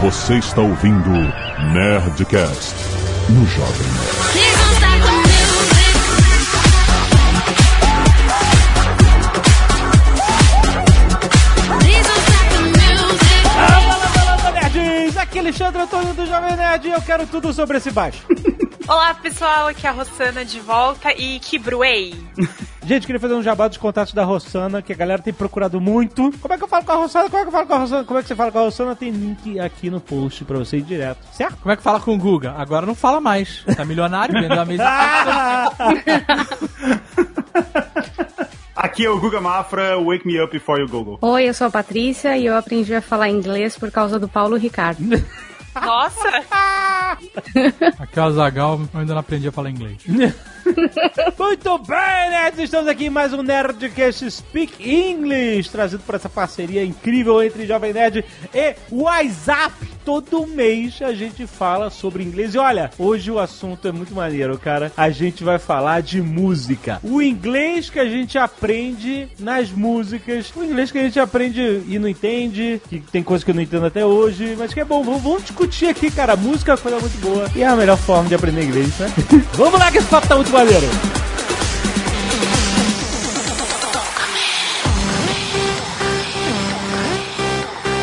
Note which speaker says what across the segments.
Speaker 1: Você está ouvindo Nerdcast no Jovem Nerd.
Speaker 2: Aqui é Alexandre Antônio do Jovem Nerd e eu quero tudo sobre esse baixo.
Speaker 3: Olá pessoal, aqui é a Rossana de volta e que bruei.
Speaker 2: Gente, queria fazer um jabá dos contatos da Rossana, que a galera tem procurado muito. Como é que eu falo com a Rossana? Como é que eu falo com a Rossana? Como é que você fala com a Rossana? Tem link aqui no post pra você ir direto, certo?
Speaker 4: Como é que fala com o Guga? Agora não fala mais. Tá milionário, vendeu a mesa.
Speaker 5: Aqui é o Guga Mafra, Wake Me Up for You Google.
Speaker 6: Oi, eu sou a Patrícia e eu aprendi a falar inglês por causa do Paulo Ricardo.
Speaker 3: Nossa!
Speaker 4: Aqui é o Zagal, eu ainda não aprendi a falar inglês.
Speaker 2: Muito bem, nerds! Estamos aqui em mais um Nerdcast Speak English, trazido por essa parceria incrível entre Jovem Nerd e WhatsApp. Todo mês a gente fala sobre inglês. E olha, hoje o assunto é muito maneiro, cara. A gente vai falar de música. O inglês que a gente aprende nas músicas, o inglês que a gente aprende e não entende, que tem coisa que eu não entendo até hoje, mas que é bom. Vamos discutir aqui, cara. Música é uma coisa muito boa e é a melhor forma de aprender inglês, né? Vamos lá que esse papo tá muito maneiro.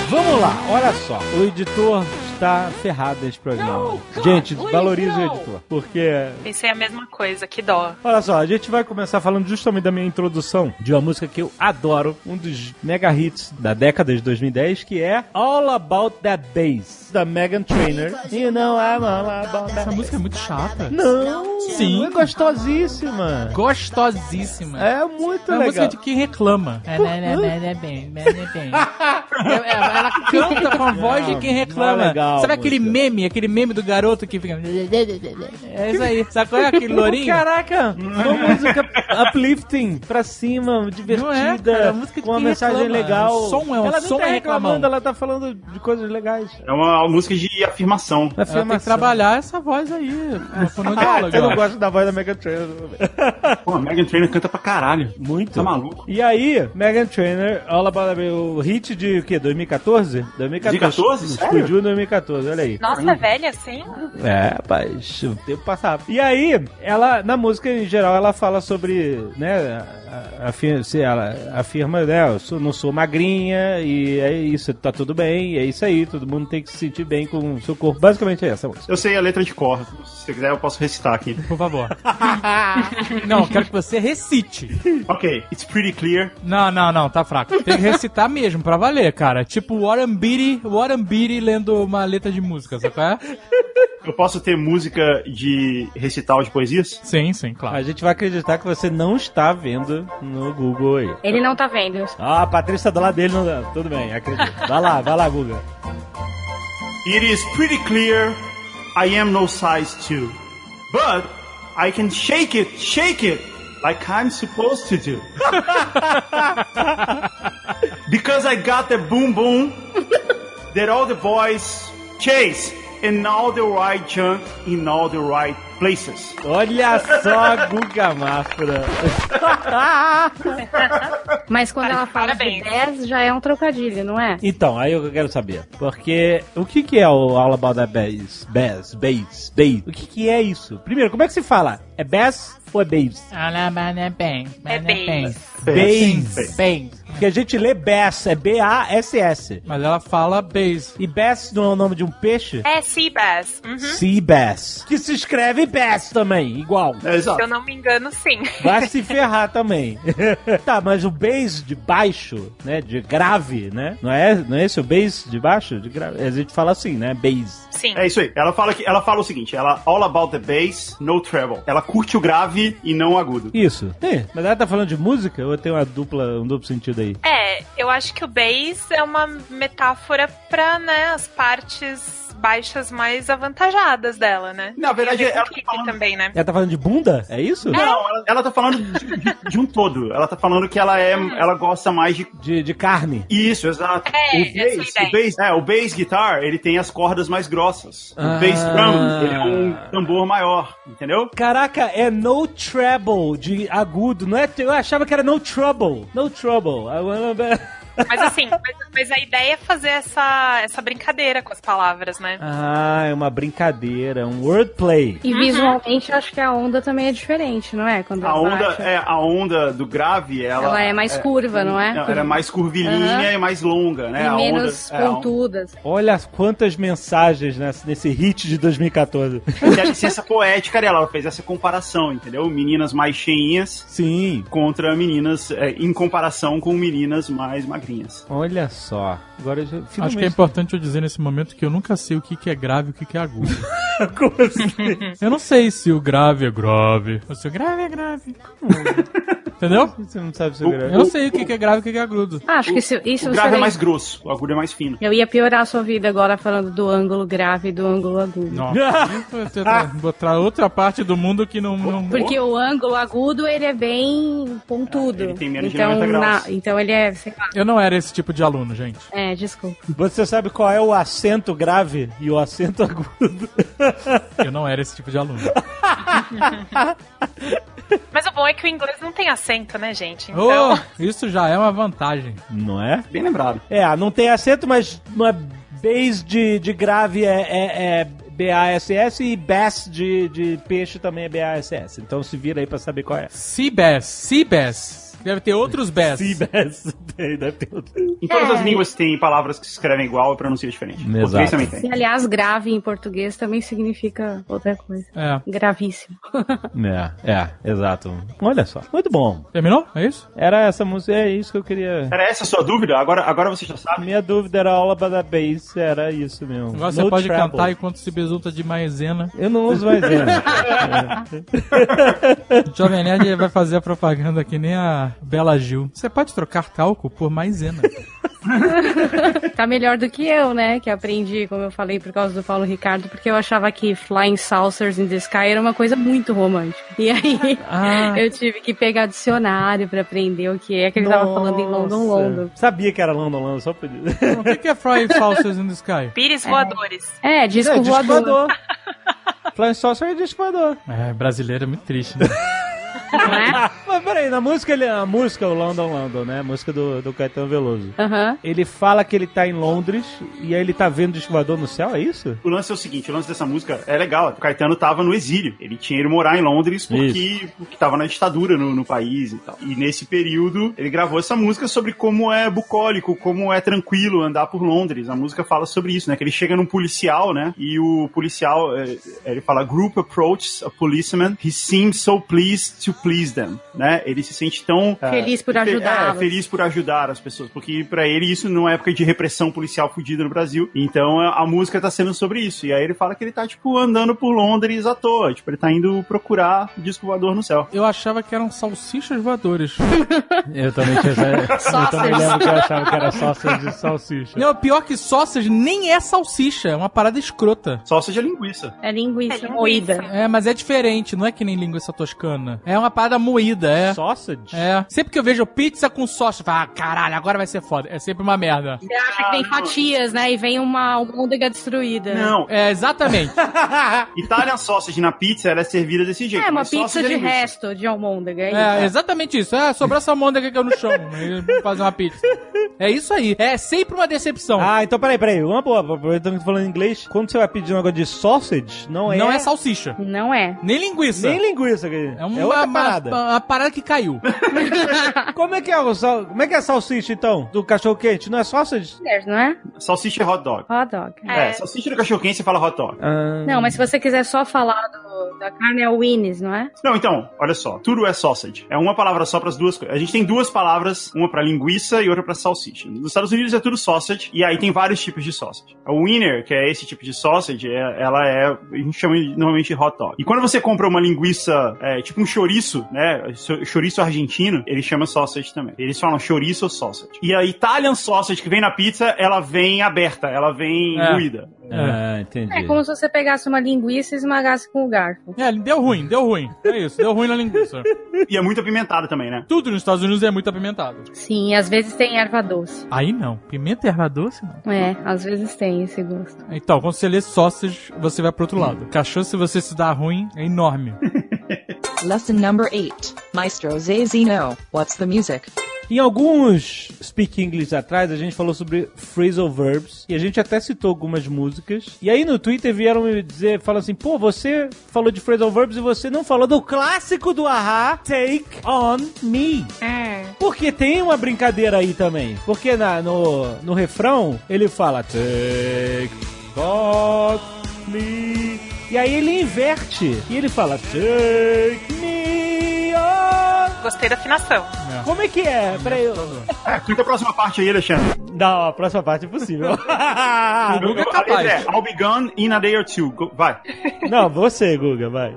Speaker 2: Vamos lá, olha só. O editor está ferrado nesse programa. gente, valoriza o editor, porque
Speaker 3: Pensei a mesma coisa, que dó.
Speaker 2: Olha só, a gente vai começar falando justamente da minha introdução de uma música que eu adoro, um dos mega hits da década de 2010, que é All About That Bass, da Megan Trainor. You know I'm all about that
Speaker 4: Essa música é muito chata.
Speaker 2: Não,
Speaker 4: Sim.
Speaker 2: é gostosíssima.
Speaker 4: Gostosíssima.
Speaker 2: É muito
Speaker 4: É uma música
Speaker 2: legal.
Speaker 4: de quem reclama. né, é, Ela canta com a voz de quem reclama.
Speaker 2: não é legal,
Speaker 4: Sabe aquele
Speaker 2: música.
Speaker 4: meme, aquele meme do garoto que fica. É isso aí. Sabe qual é aquele lourinho?
Speaker 2: Caraca, uma música uplifting, pra cima, divertida,
Speaker 4: é, cara, a música de
Speaker 2: com uma
Speaker 4: quem
Speaker 2: mensagem
Speaker 4: reclama.
Speaker 2: legal.
Speaker 4: O som é um
Speaker 2: ela
Speaker 4: som
Speaker 2: nem tá
Speaker 4: é reclamão.
Speaker 2: reclamando, ela tá falando de coisas legais.
Speaker 5: É uma música de afirmação.
Speaker 4: Ela tem que trabalhar é essa voz aí. Ah, No fonoaudiólogo.
Speaker 2: Ah, Eu
Speaker 4: eu
Speaker 2: não
Speaker 4: acho.
Speaker 2: gosto da voz da Megan Trainor.
Speaker 5: Pô, a Megan Trainor canta pra caralho.
Speaker 2: Muito.
Speaker 5: Tá maluco?
Speaker 2: E aí, Megan Trainor, All About That, o hit de o quê? 2014?
Speaker 5: 2014? Sério?
Speaker 2: Explodiu em 2014, olha aí.
Speaker 3: Nossa, é velha assim?
Speaker 2: É, rapaz, o tempo passava. E aí, ela, na música em geral, ela fala sobre, né, a- a- afir- se ela afirma, né, eu sou- não sou magrinha e é isso, tá tudo bem, é isso aí, todo mundo tem que se sentir bem com o seu corpo. Basicamente é essa a música.
Speaker 5: Eu sei a letra de cor. Se você quiser, eu posso recitar aqui.
Speaker 4: Por favor. não, quero que você recite.
Speaker 5: ok. It's pretty clear.
Speaker 4: Não, não, não, tá fraco. Tem que recitar mesmo, pra valer, cara. Tipo Warren Beatty, Warren Beatty lendo uma letra de música, sabe qual é?
Speaker 5: Eu posso ter música de recital de poesias?
Speaker 4: Sim, sim,
Speaker 2: A
Speaker 4: claro.
Speaker 2: gente vai acreditar que você não está vendo no Google aí.
Speaker 6: Ele não tá vendo.
Speaker 2: Ah, a Patrícia tá do lado dele, não dá. Tudo bem, acredito. Vai lá, vai lá, Guga.
Speaker 5: It is pretty clear I am no size 2. But I can shake it, shake it like I'm supposed to do. because I got the boom boom that all the boys chase and all the right junk in all the right places.
Speaker 2: Olha só, Guga Mafra.
Speaker 6: Mas quando
Speaker 3: Par-
Speaker 6: ela fala
Speaker 3: parabéns.
Speaker 6: de 10, já é um trocadilho, não é?
Speaker 2: Então, aí eu quero saber. Porque o que, que é o All About That Bass? Bass, bass, bass. O que, que é isso? Primeiro, como é que se fala? É bass ou é bass?
Speaker 4: É bem,
Speaker 3: É bem.
Speaker 2: Bass.
Speaker 4: bem.
Speaker 2: Porque a gente lê bass, é B-A-S-S.
Speaker 4: Mas ela fala bass.
Speaker 2: E bass não é o nome de um peixe?
Speaker 3: É Seabass. Uhum.
Speaker 2: Sea bass. Que se escreve bass também, igual.
Speaker 5: É,
Speaker 3: Se
Speaker 5: exato.
Speaker 3: eu não me engano, sim.
Speaker 2: Vai se ferrar também. tá, mas o bass de baixo, né? De grave, né? Não é, não é esse o bass de baixo? De grave? A gente fala assim, né? Bass.
Speaker 3: Sim.
Speaker 5: É isso aí. Ela fala que ela fala o seguinte, ela all about the bass, no treble. Ela curte o grave e não o agudo.
Speaker 2: Isso. Tem. Mas ela tá falando de música ou tem uma dupla, um duplo sentido aí?
Speaker 3: É, eu acho que o bass é uma metáfora pra, né, as partes baixas mais avantajadas dela, né?
Speaker 5: Na verdade,
Speaker 3: Tem a ver com
Speaker 5: ela tá
Speaker 3: kick
Speaker 5: falando-
Speaker 3: também, né?
Speaker 2: Ela tá falando de bunda? É isso?
Speaker 5: Não, ela, ela tá falando de, de- de um todo. Ela tá falando que ela é, ela gosta mais de
Speaker 2: De, de carne.
Speaker 5: isso, exato.
Speaker 3: É,
Speaker 5: o bass,
Speaker 3: essa é a
Speaker 5: o bass, é, o bass guitar, ele tem as cordas mais grossas. O
Speaker 2: Ah.
Speaker 5: bass drum, ele é um tambor maior, entendeu?
Speaker 2: Caraca, é no treble de agudo, não é? Eu achava que era no trouble. No trouble. I wanna be-
Speaker 3: Mas assim, mas, mas a ideia é fazer essa, essa brincadeira com as palavras, né?
Speaker 2: Ah, é uma brincadeira, um wordplay.
Speaker 6: E visualmente, eu acho que a onda também é diferente, não é? Quando
Speaker 5: A
Speaker 6: ela
Speaker 5: onda,
Speaker 6: bate,
Speaker 5: é, a onda do grave, ela.
Speaker 6: ela é mais curva, não é?
Speaker 5: Ela é mais curvilínea
Speaker 6: Aham.
Speaker 5: e mais longa, né?
Speaker 6: e
Speaker 5: a
Speaker 6: menos
Speaker 5: onda, é, a onda-
Speaker 6: pontuda. assim.
Speaker 2: Olha as quantas mensagens nessa- nesse hit de 2014.
Speaker 5: E a licença poética dela, ela fez essa comparação, entendeu? Meninas mais cheinhas
Speaker 2: Sim,
Speaker 5: contra meninas, é, em comparação com meninas mais magrinhas.
Speaker 2: olha só. Agora eu já, um
Speaker 4: Acho que é
Speaker 2: finalmente...
Speaker 4: importante eu dizer nesse momento que eu nunca sei o que, que é grave e o que, que é agudo.
Speaker 2: Como assim?
Speaker 4: Eu não sei se o grave é grave, ou se o grave é grave. Entendeu?
Speaker 2: Você não sabe se eu
Speaker 4: Eu não sei o que, que é grave e o que, que é agudo.
Speaker 6: Ah, acho que isso, isso
Speaker 5: O
Speaker 6: você
Speaker 5: grave é
Speaker 6: nem-
Speaker 5: mais grosso, o agudo é mais fino.
Speaker 6: Eu ia piorar a sua vida agora falando do ângulo grave e do ângulo agudo.
Speaker 4: Nossa, isso é botar outra parte do mundo que não. não...
Speaker 6: Porque o ângulo agudo, ele é bem pontudo.
Speaker 5: Ele tem menos de
Speaker 6: então,
Speaker 5: 90 graus.
Speaker 6: então ele é, sei lá,
Speaker 4: Eu não era esse tipo de aluno, gente.
Speaker 6: é, desculpa.
Speaker 2: Você sabe qual é o acento grave e o acento agudo?
Speaker 4: Eu não era esse tipo de aluno.
Speaker 3: Mas o bom é que o inglês não tem acento, né, gente? Então.
Speaker 4: Oh, isso já é uma vantagem.
Speaker 2: Não é?
Speaker 5: Bem lembrado.
Speaker 2: É, não tem acento, mas uma base de, de grave é, é, é B-A-S-S e bass de, de peixe também é B-A-S-S. Então se vira aí pra saber qual é.
Speaker 4: Seabass, Seabass. Deve ter outros bass.
Speaker 2: Sim, bass. Tem,
Speaker 4: né?
Speaker 2: deve ter outro.
Speaker 5: Em todas
Speaker 6: É.
Speaker 5: as línguas tem palavras que se escrevem igual e pronunciam diferente. O português
Speaker 2: Exato.
Speaker 5: também tem.
Speaker 6: E, aliás, grave em português também significa outra coisa.
Speaker 4: É.
Speaker 6: Gravíssimo.
Speaker 2: É, é, exato. Olha só. Muito bom.
Speaker 4: Terminou? É isso?
Speaker 2: Era essa música, é isso que eu queria.
Speaker 5: Era essa a sua dúvida? Agora, agora você já sabe.
Speaker 2: Minha dúvida era aula da bass, era isso mesmo.
Speaker 4: Agora
Speaker 2: No
Speaker 4: você pode
Speaker 2: treble.
Speaker 4: cantar enquanto se besunta de maisena.
Speaker 2: Eu não uso mais ele.
Speaker 4: O Jovem Nerd vai fazer a propaganda que nem a Bela Gil. Você pode trocar talco por maisena.
Speaker 6: Tá melhor do que eu, né? Que aprendi, como eu falei, por causa do Paulo Ricardo, porque eu achava que Flying Saucers in the Sky era uma coisa muito romântica. E aí
Speaker 4: Ah.
Speaker 6: eu tive que pegar dicionário pra aprender o que é que ele tava falando em London, London.
Speaker 2: Sabia que era London, London, só podia.
Speaker 4: o que que é Fry Falsers in the Sky?
Speaker 3: Pires voadores.
Speaker 6: É, disco voador.
Speaker 2: Flying Saucer é disco voador.
Speaker 4: É, brasileiro é muito triste, né?
Speaker 6: não é?
Speaker 2: Mas peraí, na música, ele, a música, o London, London, né? A música do, do Caetano Veloso.
Speaker 6: Aham.
Speaker 2: Ele fala que ele tá em Londres e aí ele tá vendo o disco voador no céu, é isso?
Speaker 5: O lance é o seguinte, o lance dessa música é legal. O Caetano tava no exílio. Ele tinha ido morar em Londres porque, porque tava na ditadura no, no país e tal. E nesse período, ele gravou essa música sobre como é bucólico, como é tranquilo andar por Londres. A música fala sobre isso, né? Que ele chega num policial, né? E o policial, é, ele fala, group approaches a policeman. He seems so pleased to please them, né? Ele se sente tão... é,
Speaker 6: Feliz por
Speaker 5: fe-
Speaker 6: ajudá-los.
Speaker 5: É, feliz por ajudar as pessoas, porque pra ele isso numa época de repressão policial fudida no Brasil. Então a a música tá sendo sobre isso. E aí ele fala que ele tá tipo andando por Londres à toa, tipo ele tá indo procurar disco voador no céu.
Speaker 4: Eu achava que eram salsichas voadores.
Speaker 2: Eu também tinha Eu também
Speaker 6: Saucers.
Speaker 2: Então lembro que eu achava que era saucer de salsicha.
Speaker 4: Não, pior que sausage nem é salsicha, é uma parada escrota.
Speaker 5: Só seja linguiça.
Speaker 6: É
Speaker 3: É
Speaker 6: linguiça
Speaker 3: linguiça.
Speaker 6: moída.
Speaker 4: É, mas é diferente, não é que nem linguiça toscana. É uma parada moída, é.
Speaker 2: Sausage?
Speaker 4: É. Sempre que eu vejo pizza com sausage, eu falo, ah, caralho, agora vai ser foda. É sempre uma merda.
Speaker 6: Você acha que tem fatias, né? E vem uma almôndega destruída.
Speaker 5: Não,
Speaker 4: É, exatamente.
Speaker 5: Italian sausage na pizza ela é servida desse jeito.
Speaker 6: É, uma
Speaker 5: mas
Speaker 6: pizza
Speaker 5: sausage é
Speaker 6: de
Speaker 5: linguiça.
Speaker 6: resto de almôndega. É, isso.
Speaker 4: É, exatamente isso. É, sobrou essa monda que eu no chão. né? Vou Fazer uma pizza. É isso aí. É sempre uma decepção.
Speaker 2: Ah, então peraí, peraí. Uma boa, aproveitando que eu tô falando em inglês, quando você vai pedir um negócio de sausage, não é.
Speaker 4: não é salsicha.
Speaker 6: Não é.
Speaker 4: Nem linguiça.
Speaker 2: Nem linguiça, quer dizer.
Speaker 4: É uma,
Speaker 2: é outra
Speaker 4: uma-
Speaker 2: parada.
Speaker 4: uma- uma parada que caiu.
Speaker 2: Como é que é o sal... Como é que é a salsicha, então? Do cachorro quente? Não é sausage?
Speaker 6: Não é?
Speaker 5: Salsicha é hot dog.
Speaker 6: Hot dog.
Speaker 5: É,
Speaker 3: É.
Speaker 5: salsicha do cachorro quente você fala hot dog.
Speaker 6: Não, mas se você quiser só falar do- da carne, é o Winnie's, não é?
Speaker 5: Não, então, olha só. Tudo é sausage. É uma palavra só para as duas coisas. A gente tem duas palavras, uma para linguiça e outra para salsicha. Nos Estados Unidos é tudo sausage, e aí tem vários tipos de sausage. A wiener, que é esse tipo de sausage, é- ela é, a gente chama de- normalmente de hot dog. E quando você compra uma linguiça, é, tipo um chouriço, né? cho- Chouriço argentino, ele chama sausage também. Eles falam chouriço ou sausage. E a Italian sausage que vem na pizza, ela vem aberta, ela vem
Speaker 4: É.
Speaker 5: moída.
Speaker 2: Ah,
Speaker 6: É
Speaker 2: entendi.
Speaker 6: como se você pegasse uma linguiça e esmagasse com o garfo.
Speaker 4: É, deu ruim, deu ruim. É isso, deu ruim na linguiça.
Speaker 5: E é muito apimentada também, né?
Speaker 4: Tudo nos Estados Unidos é muito apimentado.
Speaker 6: Sim, às vezes tem erva doce.
Speaker 4: Aí não. Pimenta e erva doce, não.
Speaker 6: É, às vezes tem esse gosto.
Speaker 4: Então, quando você lê sausage, você vai pro outro lado. Cachorro, se você se dá ruim, é enorme.
Speaker 7: Lesson number 8. Maestro Zazino, what's the music?
Speaker 2: Em alguns Speak English atrás, a gente falou sobre phrasal verbs e a gente até citou algumas músicas. E aí no Twitter vieram me dizer, falando assim, pô, você falou de phrasal verbs e você não falou do clássico do Ahá, Take On Me. É.
Speaker 3: Hum.
Speaker 2: Porque tem uma brincadeira aí também. Porque na- no, no refrão ele fala Take on me. E aí ele inverte. E ele fala Take me on.
Speaker 3: Gostei da afinação.
Speaker 2: Como é que é? Peraí. eu-
Speaker 5: É, clica a próxima parte aí, Alexandre.
Speaker 2: Não, a próxima parte é impossível.
Speaker 4: Nunca é capaz.
Speaker 5: É, I'll be gone in a day or two. Go- Vai.
Speaker 2: não, você, Guga, vai.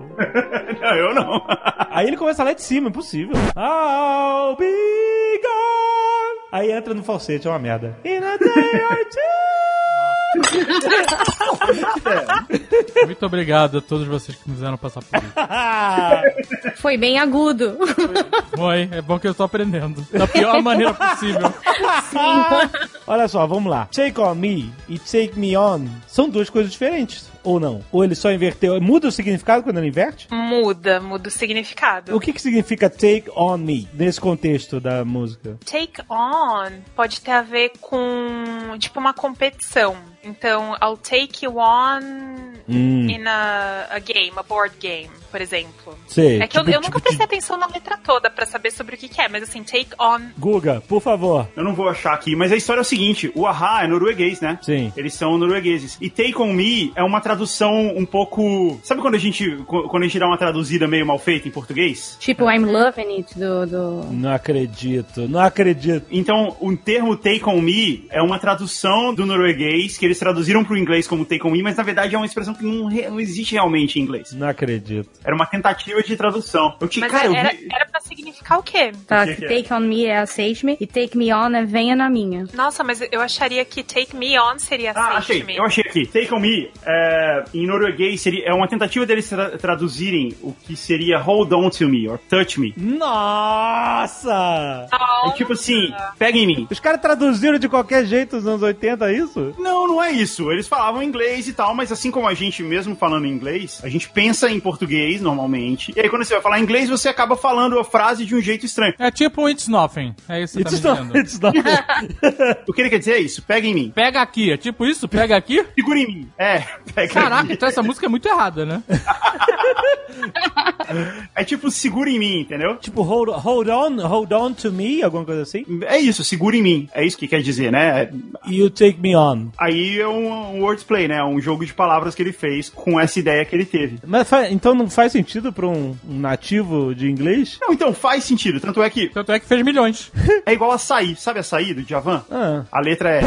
Speaker 5: Não, eu não.
Speaker 2: Aí ele começa lá de cima, impossível. I'll be gone. Aí entra no falsete, é uma merda. In a day or two.
Speaker 4: Muito obrigado a todos vocês que me fizeram passar por isso.
Speaker 2: Ah!
Speaker 6: Foi bem agudo.
Speaker 4: Foi, é bom que eu tô aprendendo. Da pior maneira possível.
Speaker 2: Olha só, vamos lá. Take on me e take me on são duas coisas diferentes, ou não? Ou ele só inverteu? Muda o significado quando ele inverte?
Speaker 3: Muda, muda o significado.
Speaker 2: O que, que significa take on me nesse contexto da música?
Speaker 3: Take on pode ter a ver com, tipo, uma competição. Então, I'll take you on
Speaker 5: Hum.
Speaker 3: in a, a game, a board game, por exemplo.
Speaker 2: Sei.
Speaker 3: É que eu,
Speaker 2: Tipo,
Speaker 3: eu nunca prestei atenção na letra toda pra saber sobre o que, que é, mas assim, take on.
Speaker 2: Guga, por favor.
Speaker 5: Eu não vou achar aqui, mas a história é o seguinte: o Ahá é norueguês, né?
Speaker 2: Sim.
Speaker 5: Eles são noruegueses. E Take On Me é uma tradução um pouco. Sabe quando a gente, quando a gente dá uma traduzida meio mal feita em português?
Speaker 6: tipo, I'm loving it do. do...
Speaker 2: Não acredito, não acredito.
Speaker 5: Então, o termo Take On Me é uma tradução do norueguês que eles traduziram para o inglês como Take On Me, mas na verdade é uma expressão que não, re- não existe realmente em inglês.
Speaker 2: Não acredito.
Speaker 5: Era uma tentativa de tradução. Eu te,
Speaker 3: Mas
Speaker 5: cara,
Speaker 3: era,
Speaker 5: eu vi...
Speaker 3: era pra significar o quê?
Speaker 6: Tá,
Speaker 5: que que é?
Speaker 6: take on me é aceite me e take me on é venha na minha.
Speaker 3: Nossa, mas eu acharia que take me on seria
Speaker 5: Ah,
Speaker 3: aceite
Speaker 5: achei.
Speaker 3: me.
Speaker 5: Eu achei aqui. Take On Me, é, em norueguês, seria, é uma tentativa deles tra- traduzirem o que seria Hold On To Me, or Touch Me.
Speaker 2: Nossa!
Speaker 5: É
Speaker 3: On,
Speaker 5: tipo assim, pega em mim.
Speaker 2: Os caras traduziram de qualquer jeito nos anos 80, é isso?
Speaker 5: Não, não é isso. Eles falavam inglês e tal, mas assim como a gente mesmo falando inglês, a gente pensa em português normalmente. E aí quando você vai falar inglês, você acaba falando a frase de um jeito estranho.
Speaker 4: É tipo It's Nothing. É isso que
Speaker 2: It's
Speaker 4: você tá me
Speaker 2: not,
Speaker 4: dizendo.
Speaker 2: it's not.
Speaker 5: O que ele quer dizer é isso, pega em mim.
Speaker 4: Pega aqui, é tipo isso? Pega aqui?
Speaker 5: Segura em mim. É, pega em
Speaker 4: Caraca,
Speaker 5: mim.
Speaker 4: então essa música é muito errada, né?
Speaker 5: É tipo segura em mim, entendeu?
Speaker 2: tipo, hold, hold on, hold on to me, alguma coisa assim.
Speaker 5: É isso, segura em mim. É isso que quer dizer, né?
Speaker 2: You take me on.
Speaker 5: Aí é um, um wordplay, né? Um jogo de palavras que ele fez com essa ideia que ele teve.
Speaker 2: Mas fa- então não faz sentido pra um, um nativo de inglês?
Speaker 5: Não, então faz sentido. Tanto é que
Speaker 4: Tanto é que fez milhões.
Speaker 5: é igual açaí. Sabe açaí do Javan?
Speaker 2: Ah.
Speaker 5: A letra é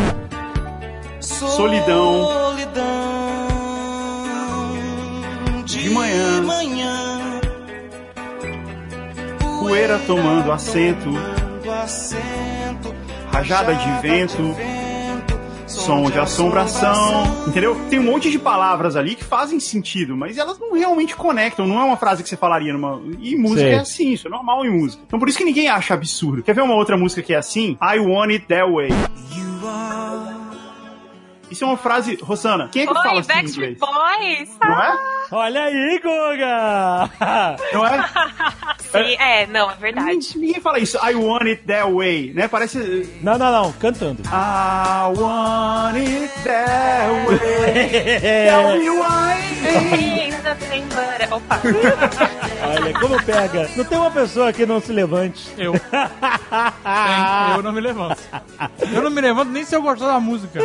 Speaker 5: solidão
Speaker 7: Solidão
Speaker 5: de manhã.
Speaker 7: manhã,
Speaker 5: Poeira tomando assento,
Speaker 7: do assento,
Speaker 5: rajada de vento, som de assombração, entendeu? Tem um monte de palavras ali que fazem sentido, mas elas não realmente conectam, não é uma frase que você falaria numa... E música
Speaker 2: Sei.
Speaker 5: é assim, isso é normal em música. Então por isso que ninguém acha absurdo. Quer ver uma outra música que é assim? I Want It That Way.
Speaker 7: You are
Speaker 5: Isso é uma frase... Rosana, quem é que fala
Speaker 3: Oi,
Speaker 5: assim em
Speaker 3: Backstreet
Speaker 5: inglês?
Speaker 3: Boys!
Speaker 5: Não é?
Speaker 2: Olha aí, Guga!
Speaker 5: Não é?
Speaker 3: Sim, é, não, é verdade.
Speaker 5: Ninguém, ninguém fala isso. I want it that way, né? Parece... I
Speaker 2: não, não, não, cantando.
Speaker 5: want it that way.
Speaker 3: É.
Speaker 5: Tell me why.
Speaker 3: Opa!
Speaker 2: Olha, como pega. Não tem uma pessoa que não se levante.
Speaker 4: Eu. Tem, eu não me levanto. Eu não me levanto nem se eu gostar da música.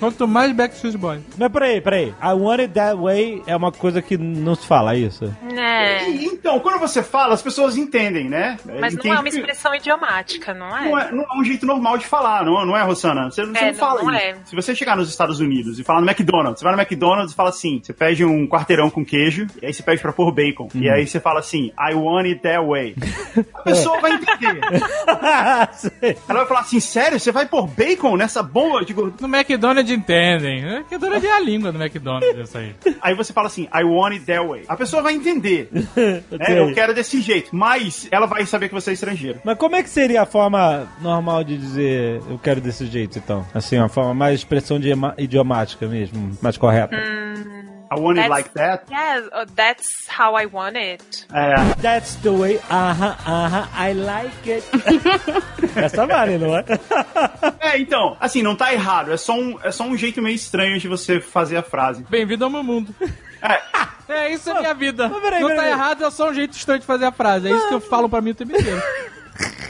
Speaker 4: Quanto mais Backstreet Boys.
Speaker 2: Mas peraí, peraí. I want it that way é uma coisa que não se fala, é isso?
Speaker 3: né?
Speaker 5: Então, quando você fala, as pessoas entendem, né?
Speaker 3: Mas não
Speaker 5: Entende
Speaker 3: é uma
Speaker 5: que
Speaker 3: expressão idiomática, não
Speaker 5: Não
Speaker 3: é?
Speaker 5: é, não é um jeito normal de falar, não, não é, Rosana? Você, você
Speaker 3: É,
Speaker 5: não fala
Speaker 3: não
Speaker 5: isso.
Speaker 3: é.
Speaker 5: Se você chegar nos Estados Unidos e falar no McDonald's, você vai no McDonald's e fala assim, você pede um quarteirão com queijo, e aí você pede pra pôr bacon. E aí você fala assim, I want it that way. A pessoa vai entender. Ela vai falar assim, sério? Você vai pôr bacon nessa bomba de gordura?
Speaker 4: No McDonald's entendem. No McDonald's é a língua do McDonald's, essa aí.
Speaker 5: Aí você fala assim, I want it that way. A pessoa vai entender. né?
Speaker 2: sei.
Speaker 5: Eu quero desse jeito. Mas ela vai saber que você é estrangeiro.
Speaker 2: Mas como é que seria a forma normal de dizer eu quero desse jeito, então? Assim, uma forma mais expressão de- idiomática mesmo, mais correta.
Speaker 5: I I want it
Speaker 3: That's-
Speaker 5: like that.
Speaker 3: Yes, oh, that's how I want it.
Speaker 5: É,
Speaker 2: That's the way, aham, aham, I like it. Essa vale, não é?
Speaker 5: É, então, assim, não tá errado. É só um, é só um jeito meio estranho de você fazer a frase.
Speaker 4: Bem-vindo ao meu mundo. É, isso é minha vida.
Speaker 2: mas peraí,
Speaker 4: não
Speaker 2: peraí.
Speaker 4: tá errado, é só um jeito estranho de fazer a frase. É isso que eu falo pra mim o tempo inteiro.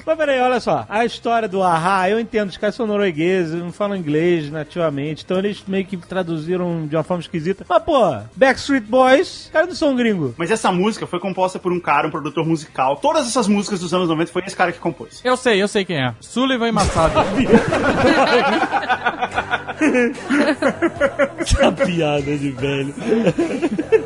Speaker 2: Mas peraí, olha só. A história do ahá, eu entendo, os caras são noruegueses, não falam inglês nativamente, então eles meio que traduziram de uma forma esquisita. Mas, pô, Backstreet Boys, os caras não são gringo.
Speaker 5: Mas essa música foi composta por um cara, um produtor musical. Todas essas músicas dos anos 90 foi esse cara que compôs.
Speaker 4: Eu sei, eu sei quem é. Sullivan e Massado.
Speaker 2: Essa piada de velho.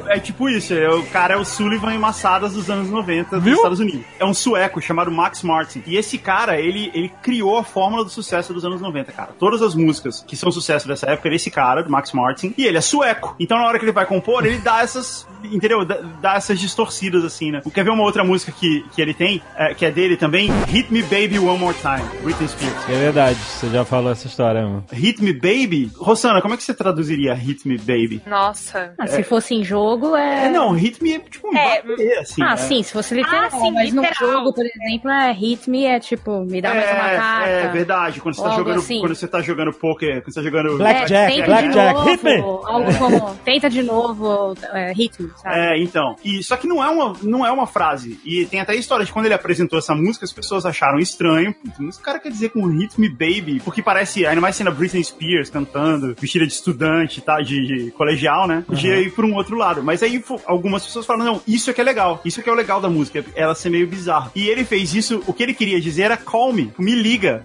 Speaker 5: É tipo isso, é, o cara é o Sullivan e Massadas dos anos 90
Speaker 4: Viu?
Speaker 5: dos Estados Unidos. É um sueco chamado Max Martin. E esse cara, ele, ele criou a fórmula do sucesso dos anos 90, cara. Todas as músicas que são sucesso dessa época, ele é esse cara, do Max Martin, e ele é sueco. Então na hora que ele vai compor, ele dá essas. Entendeu? Dá, dá essas distorcidas assim, né? Quer ver uma outra música que, que ele tem, é, que é dele também? Hit Me Baby One More Time, Britney Spears.
Speaker 2: É verdade, você já falou essa história, mano.
Speaker 5: Hit Me Baby? Rosana, como é que você traduziria Hit Me Baby?
Speaker 3: Nossa.
Speaker 6: Ah, se fosse em jogo, é.
Speaker 5: É, não, Hit Me é tipo um
Speaker 3: É,
Speaker 5: bater, assim.
Speaker 6: ah,
Speaker 5: né?
Speaker 6: sim, se fosse literal.
Speaker 3: Ah, sim,
Speaker 6: mas no
Speaker 3: literal.
Speaker 6: jogo, por exemplo, é hit me, é tipo, me dá mais uma carta.
Speaker 5: É verdade, quando você, tá
Speaker 6: Ou algo
Speaker 5: jogando,
Speaker 6: assim.
Speaker 5: quando você tá jogando poker, quando você tá jogando.
Speaker 2: Black- Blackjack,
Speaker 6: É, tenta
Speaker 2: blackjack, hit
Speaker 6: de
Speaker 2: me.
Speaker 6: novo, algo como, tenta de novo, é, hit me, sabe?
Speaker 5: É, então. E, só que não é, uma, não é uma frase. E tem até a história de quando ele apresentou essa música, as pessoas acharam estranho. Putz, mas o cara quer dizer com um Hit Me Baby, porque parece, ainda mais sendo a Britney Spears cantando, vestida de estudante, tá? De, de colegial, né?
Speaker 6: Uhum.
Speaker 5: Podia ir por um outro lado. Mas aí fo- algumas pessoas falam: não, isso é que é legal. Isso é que é o legal da música, ela ser meio bizarra. E ele fez isso, o que ele queria dizer era call me, me liga.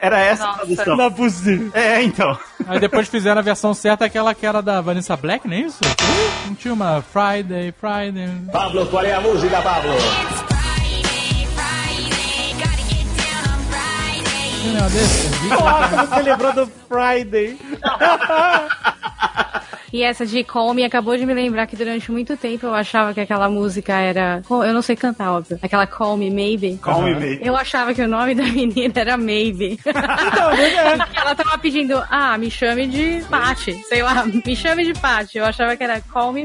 Speaker 5: Era essa a
Speaker 3: Nossa.
Speaker 5: tradução.
Speaker 2: Não é possível.
Speaker 5: É, então.
Speaker 4: Aí depois fizeram a versão certa, aquela que era da Vanessa Black, não é isso? Não tinha uma Friday, Friday.
Speaker 8: It's Friday, Friday, gotta get down on Friday.
Speaker 4: Tinha um negócio desse?
Speaker 2: Nossa, você lembrou do Friday.
Speaker 6: E essa de Call Me acabou de me lembrar que durante muito tempo eu achava que aquela música era. Eu não sei cantar, óbvio. Aquela Call Me Maybe.
Speaker 5: Call me baby.
Speaker 6: Eu achava que o nome da menina era Maybe.
Speaker 2: Então, né?
Speaker 6: Ela tava pedindo, ah, me chame de Paty. Sei lá, me chame de Paty. Eu achava que era Call Me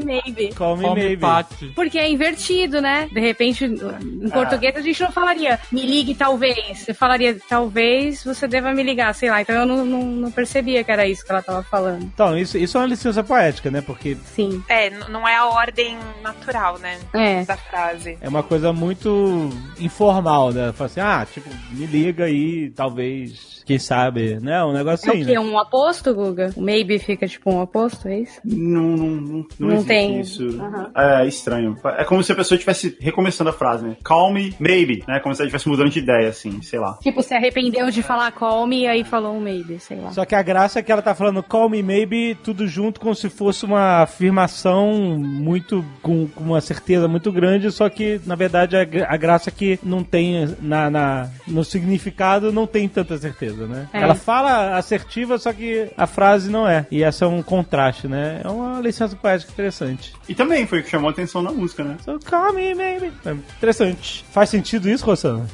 Speaker 6: Maybe.
Speaker 2: Call me,
Speaker 4: Call me
Speaker 2: maybe.
Speaker 4: Patty.
Speaker 6: Porque é invertido, né? De repente, em português a gente não falaria me ligue talvez. Eu falaria talvez você deva me ligar, sei lá. Então eu não, não- não percebia que era isso que ela tava falando.
Speaker 2: Então, isso, isso é uma licença poética, né? Porque
Speaker 6: Sim.
Speaker 3: É, n- não é a ordem natural, né?
Speaker 6: É.
Speaker 3: Da frase.
Speaker 2: é uma coisa muito informal, né? Fala assim, ah, tipo, me liga aí, talvez, quem sabe, né? Um negócio
Speaker 6: É
Speaker 2: assim,
Speaker 6: o quê?
Speaker 2: né?
Speaker 6: Um aposto, Guga? O maybe fica tipo um aposto, é isso?
Speaker 5: Não, não, não, não,
Speaker 6: Não
Speaker 5: existe
Speaker 6: tem.
Speaker 5: isso. É estranho. É como se a pessoa estivesse recomeçando a frase, né? Call me, maybe, né? Como se ela estivesse mudando de ideia, assim, sei lá.
Speaker 6: Tipo, se arrependeu de falar call me e aí falou um maybe, sei lá.
Speaker 2: Só que a graça é que ela tá falando call me maybe tudo junto como se fosse uma afirmação muito com, com uma certeza muito grande, só que na verdade a, gra- a graça é que não tem na, na- no significado não tem tanta certeza, né?
Speaker 6: É.
Speaker 2: Ela fala assertiva, só que a frase não é. E essa é um contraste, né? É uma licença poética interessante.
Speaker 5: E também foi o que chamou a atenção na música, né?
Speaker 2: So call me maybe. É interessante. Faz sentido isso, Rosana?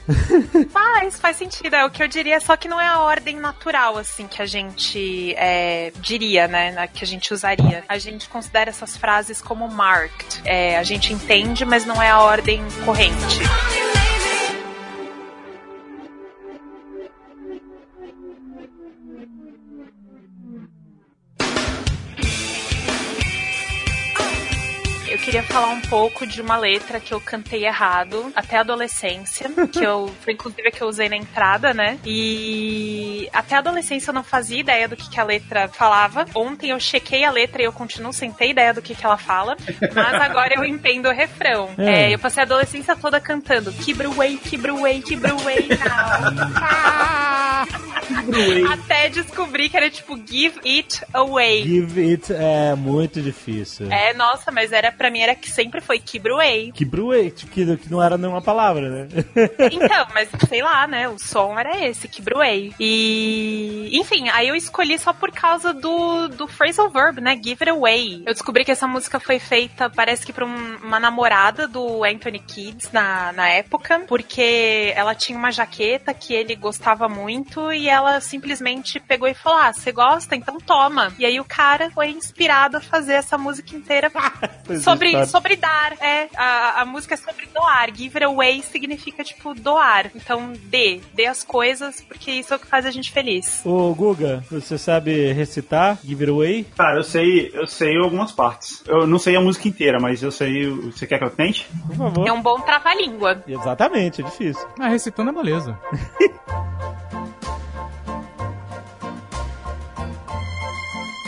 Speaker 3: Faz, faz sentido. É o que eu diria, só que não é a ordem natural, assim, que a gente é, diria, né? na- Que a gente usaria. A gente considera essas frases como marked. É, a gente entende, mas não é a ordem corrente. Eu queria falar um pouco de uma letra que eu cantei errado até a adolescência, que eu, foi inclusive a que eu usei na entrada, né? E até a adolescência eu não fazia ideia do que, que a letra falava. Ontem eu chequei a letra e eu continuo sem ter ideia do que, que ela fala, mas agora eu entendo o refrão.
Speaker 2: É.
Speaker 3: É, eu passei a adolescência toda cantando Kibruei, Kibruei, Kibruei, now. Até descobri que era tipo Give It Away.
Speaker 2: Give it é muito difícil.
Speaker 3: É, nossa, mas era pra mim era que sempre foi Kibruei.
Speaker 2: Que bruei, que, que não era nenhuma palavra, né?
Speaker 3: Então, mas sei lá, né? O som era esse, Kibruei. E. Enfim, aí eu escolhi só por causa do, do phrasal verb, né? Give it away. Eu descobri que essa música foi feita, parece que pra um- uma namorada do Anthony Kids na, na época, porque ela tinha uma jaqueta que ele gostava muito e ela simplesmente pegou e falou: Ah, você gosta? Então toma. E aí o cara foi inspirado a fazer essa música inteira
Speaker 5: é,
Speaker 3: sobre,
Speaker 2: história.
Speaker 3: sobre dar. É, a, a música é sobre doar. Give it away significa, tipo, doar. Então dê, dê as coisas, porque isso é o que faz a gente feliz.
Speaker 2: Ô, Guga, você sabe recitar Give It Away?
Speaker 5: Cara, eu sei, eu sei algumas partes. Eu não sei a música inteira, mas eu sei. o- Você quer que eu tente?
Speaker 2: Por favor.
Speaker 3: É um bom trava-língua.
Speaker 2: Exatamente, é difícil.
Speaker 4: Ah, recitando é beleza.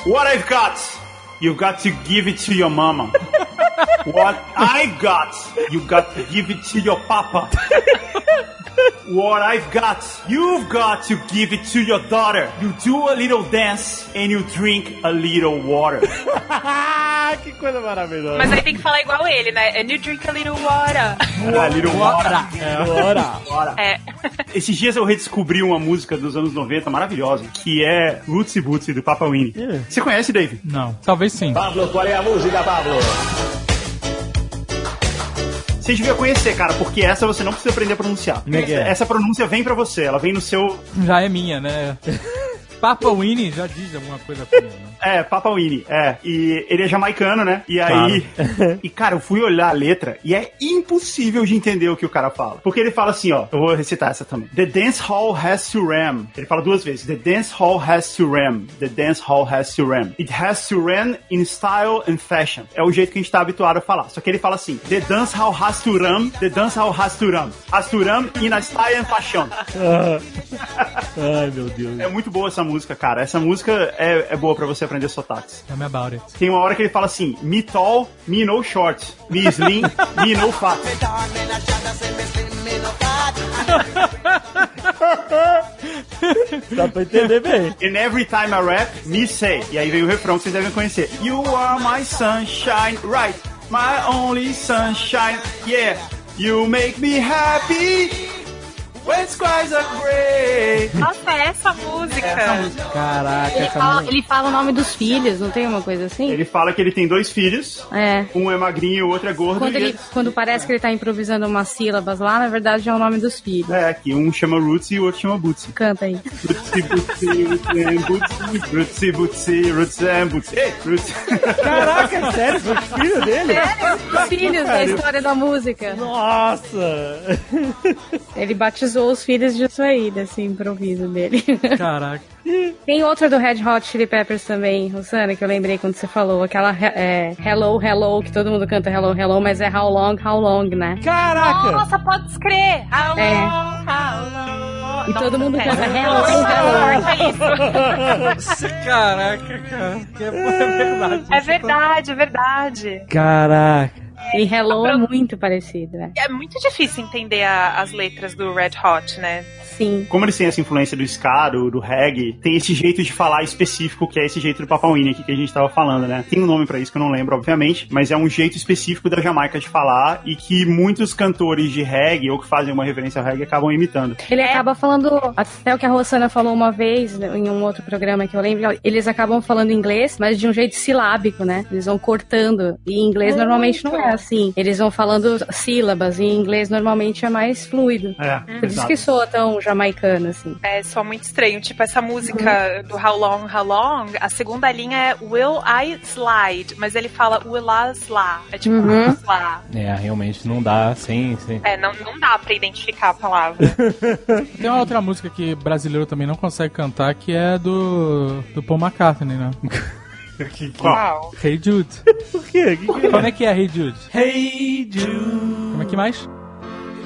Speaker 5: What I've got, you got to give it to your mama. What I got, you got to give it to your papa. What I've got, you've got to give it to your daughter. You do a little dance and you drink a little water.
Speaker 2: que coisa maravilhosa.
Speaker 3: Mas aí tem que falar igual ele, né? And you drink a little water.
Speaker 5: a little water.
Speaker 2: Agora.
Speaker 3: É.
Speaker 5: Esses dias eu redescobri uma música dos anos 90 maravilhosa, que é Rootsy Bootsy do Papa Winnie.
Speaker 2: É.
Speaker 5: Você conhece, Dave?
Speaker 4: Não. Talvez sim.
Speaker 5: Você devia conhecer, cara, porque essa você não precisa aprender a pronunciar.
Speaker 2: Como é que é?
Speaker 5: Essa pronúncia vem pra você, ela vem no seu.
Speaker 4: Já é minha, né? Papa Winnie já diz alguma coisa pra mim, né?
Speaker 5: É, Papa Winnie, é. E ele é jamaicano, né? E aí. e, cara, eu fui olhar a letra e é impossível de entender o que o cara fala. Porque ele fala assim, ó. Eu vou recitar essa também. The dance hall has to ram. Ele fala duas vezes. The dance hall has to ram. The dance hall has to ram. It has to ram in style and fashion. É o jeito que a gente tá habituado a falar. Só que ele fala assim. The dance hall has to ram. The dance hall has to ram. Has to ram in a style and fashion.
Speaker 2: Ai, meu Deus.
Speaker 5: É muito boa essa música, cara. Essa música é, é boa pra você aprender sotaques.
Speaker 4: Tell me about it.
Speaker 5: Tem uma hora que ele fala assim: me tall, me no short, me slim, me no fat.
Speaker 2: Dá pra entender bem.
Speaker 5: And every time I rap, me say. E aí vem o refrão que vocês devem conhecer: You are my sunshine, right? My only sunshine, yeah. You make me happy. When skies are gray.
Speaker 3: Nossa, é essa música.
Speaker 4: Caraca,
Speaker 6: Ele
Speaker 4: essa
Speaker 6: fala,
Speaker 4: música.
Speaker 6: ele fala o nome dos filhos, não tem uma coisa assim?
Speaker 5: Ele fala que ele tem dois filhos.
Speaker 6: É.
Speaker 5: Um é magrinho e o outro é gordo.
Speaker 6: Quando,
Speaker 5: e
Speaker 6: ele, quando parece que ele tá improvisando umas sílabas lá, na verdade é o nome dos filhos.
Speaker 5: É, que um chama Roots e o outro chama Bootsy.
Speaker 6: Canta aí.
Speaker 5: Rootsy, bootsy, rootsy, and bootsy. Rootsy, bootsy, rootsy, and bootsy. Ei, rootsy.
Speaker 2: Caraca, é sério, foi o filho dele?
Speaker 6: Os filhos da história da música.
Speaker 2: Nossa!
Speaker 6: Ele batizou os filhos disso aí, desse improviso dele.
Speaker 4: Caraca.
Speaker 6: Tem outra do Red Hot Chili Peppers também, Rosana, que eu lembrei quando você falou. Aquela é, Hello, Hello, que todo mundo canta Hello, Hello, mas é How Long, How Long, né?
Speaker 2: Caraca!
Speaker 3: Nossa, pode escrever. Alô,
Speaker 6: É.
Speaker 3: alô.
Speaker 6: E todo mundo
Speaker 3: sério.
Speaker 6: canta né? Hello, Hello.
Speaker 3: Corta isso.
Speaker 4: Caraca, cara. Que é verdade.
Speaker 3: É verdade, é verdade.
Speaker 2: Caraca!
Speaker 6: E Hello é muito parecido, né?
Speaker 3: É muito difícil entender a- as letras do Red Hot, né?
Speaker 6: Sim.
Speaker 5: Como eles têm essa influência do ska, do, do reggae, tem esse jeito de falar específico, que é esse jeito do Papa Winnie aqui que a gente tava falando, né? Tem um nome pra isso que eu não lembro, obviamente, mas é um jeito específico da Jamaica de falar e que muitos cantores de reggae ou que fazem uma referência ao reggae acabam imitando.
Speaker 6: Ele acaba falando, até o que a Rosana falou uma vez né, em um outro programa que eu lembro, eles acabam falando inglês, mas de um jeito silábico, né? Eles vão cortando. E em inglês normalmente não é assim. Eles vão falando sílabas, e em inglês normalmente é mais fluido.
Speaker 5: É,
Speaker 6: Por isso que soa tão jamaicano, assim.
Speaker 3: É só muito estranho. Tipo, essa música do How Long, How Long, a segunda linha é Will I Slide? Mas ele fala Will I Slide. É tipo,
Speaker 6: Uhum.
Speaker 3: slá.
Speaker 9: É, realmente não dá sem. sem...
Speaker 3: É, não, não dá pra identificar a palavra.
Speaker 4: Tem uma outra música que brasileiro também não consegue cantar, que é do, do Paul McCartney, né?
Speaker 3: Uau.
Speaker 4: Hey Jude.
Speaker 2: Por quê? Que que-
Speaker 4: Como é que é Hey Jude?
Speaker 2: Hey, Jude,
Speaker 4: Como é que mais?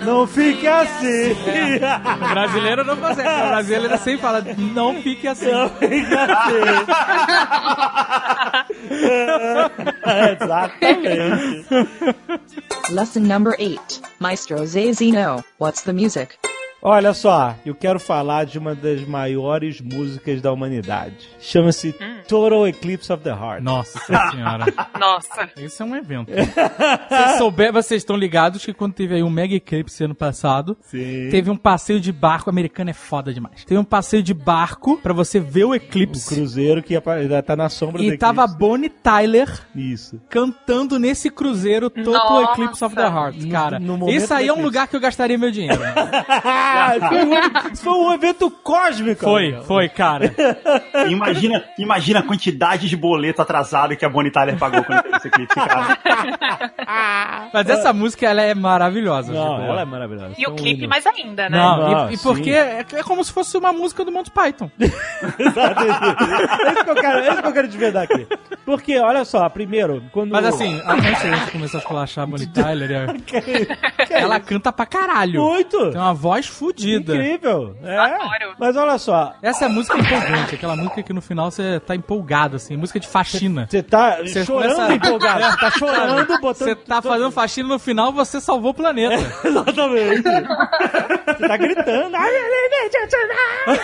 Speaker 2: não fique assim!
Speaker 4: O brasileiro não consegue. O brasileiro sempre fala, não fique assim.
Speaker 2: Não fique assim! É, Exatamente!
Speaker 10: Lesson number 8. Maestro Zazino, what's the music?
Speaker 2: Olha só, eu quero falar de uma das maiores músicas da humanidade. Chama-se
Speaker 3: Hum.
Speaker 2: Total Eclipse of the Heart.
Speaker 4: Nossa senhora.
Speaker 3: Nossa.
Speaker 4: Isso é um evento. Se souber, vocês estão ligados que quando teve aí um mega eclipse ano passado,
Speaker 2: Sim.
Speaker 4: teve um passeio de barco. Americano é foda demais. Teve um passeio de barco pra você ver o
Speaker 2: O
Speaker 4: eclipse.
Speaker 2: cruzeiro que apa- ainda tá na sombra do
Speaker 4: e tava
Speaker 2: eclipse.
Speaker 4: Bonnie Tyler
Speaker 2: Isso.
Speaker 4: cantando nesse cruzeiro Total
Speaker 3: Nossa.
Speaker 4: Eclipse of the Heart, cara.
Speaker 2: no momento
Speaker 4: Esse aí é
Speaker 2: do
Speaker 4: um lugar que eu gastaria meu dinheiro.
Speaker 2: Ah, isso foi, um, isso foi um evento cósmico.
Speaker 4: foi,
Speaker 2: amigo.
Speaker 4: foi, cara.
Speaker 5: Imagina, imagina a quantidade de boleto atrasado que a Bonnie Tyler pagou quando fez esse clipe, cara.
Speaker 4: Mas essa música, ela é maravilhosa.
Speaker 2: Não,
Speaker 4: tipo,
Speaker 2: ela é maravilhosa.
Speaker 3: E
Speaker 2: Foi
Speaker 3: o
Speaker 2: um
Speaker 3: clipe
Speaker 2: hino.
Speaker 3: mais ainda, né?
Speaker 4: Não, e-
Speaker 2: Não,
Speaker 4: e,
Speaker 2: sim.
Speaker 4: porque é, é como se fosse uma música do Monty Python.
Speaker 2: Exato, isso. É isso que eu quero, é isso que eu quero desvendar aqui. Porque, olha só, primeiro, quando...
Speaker 4: Mas assim, antes da gente começar a esculachar a Bonnie Tyler, é- ela canta pra caralho.
Speaker 2: Muito!
Speaker 4: Tem uma voz fodida.
Speaker 2: Incrível! É.
Speaker 3: adoro.
Speaker 2: Mas olha só,
Speaker 4: Essa é a música empolgante, aquela música que no final você tá empolgado, assim, música de faxina.
Speaker 2: você tá
Speaker 4: Você
Speaker 2: chorando
Speaker 4: começa-
Speaker 2: empolgado.
Speaker 4: É,
Speaker 2: tá chorando, botando...
Speaker 4: Você tá fazendo faxina no final, você salvou o planeta.
Speaker 2: Exatamente. Você tá gritando. é "I really need you tonight."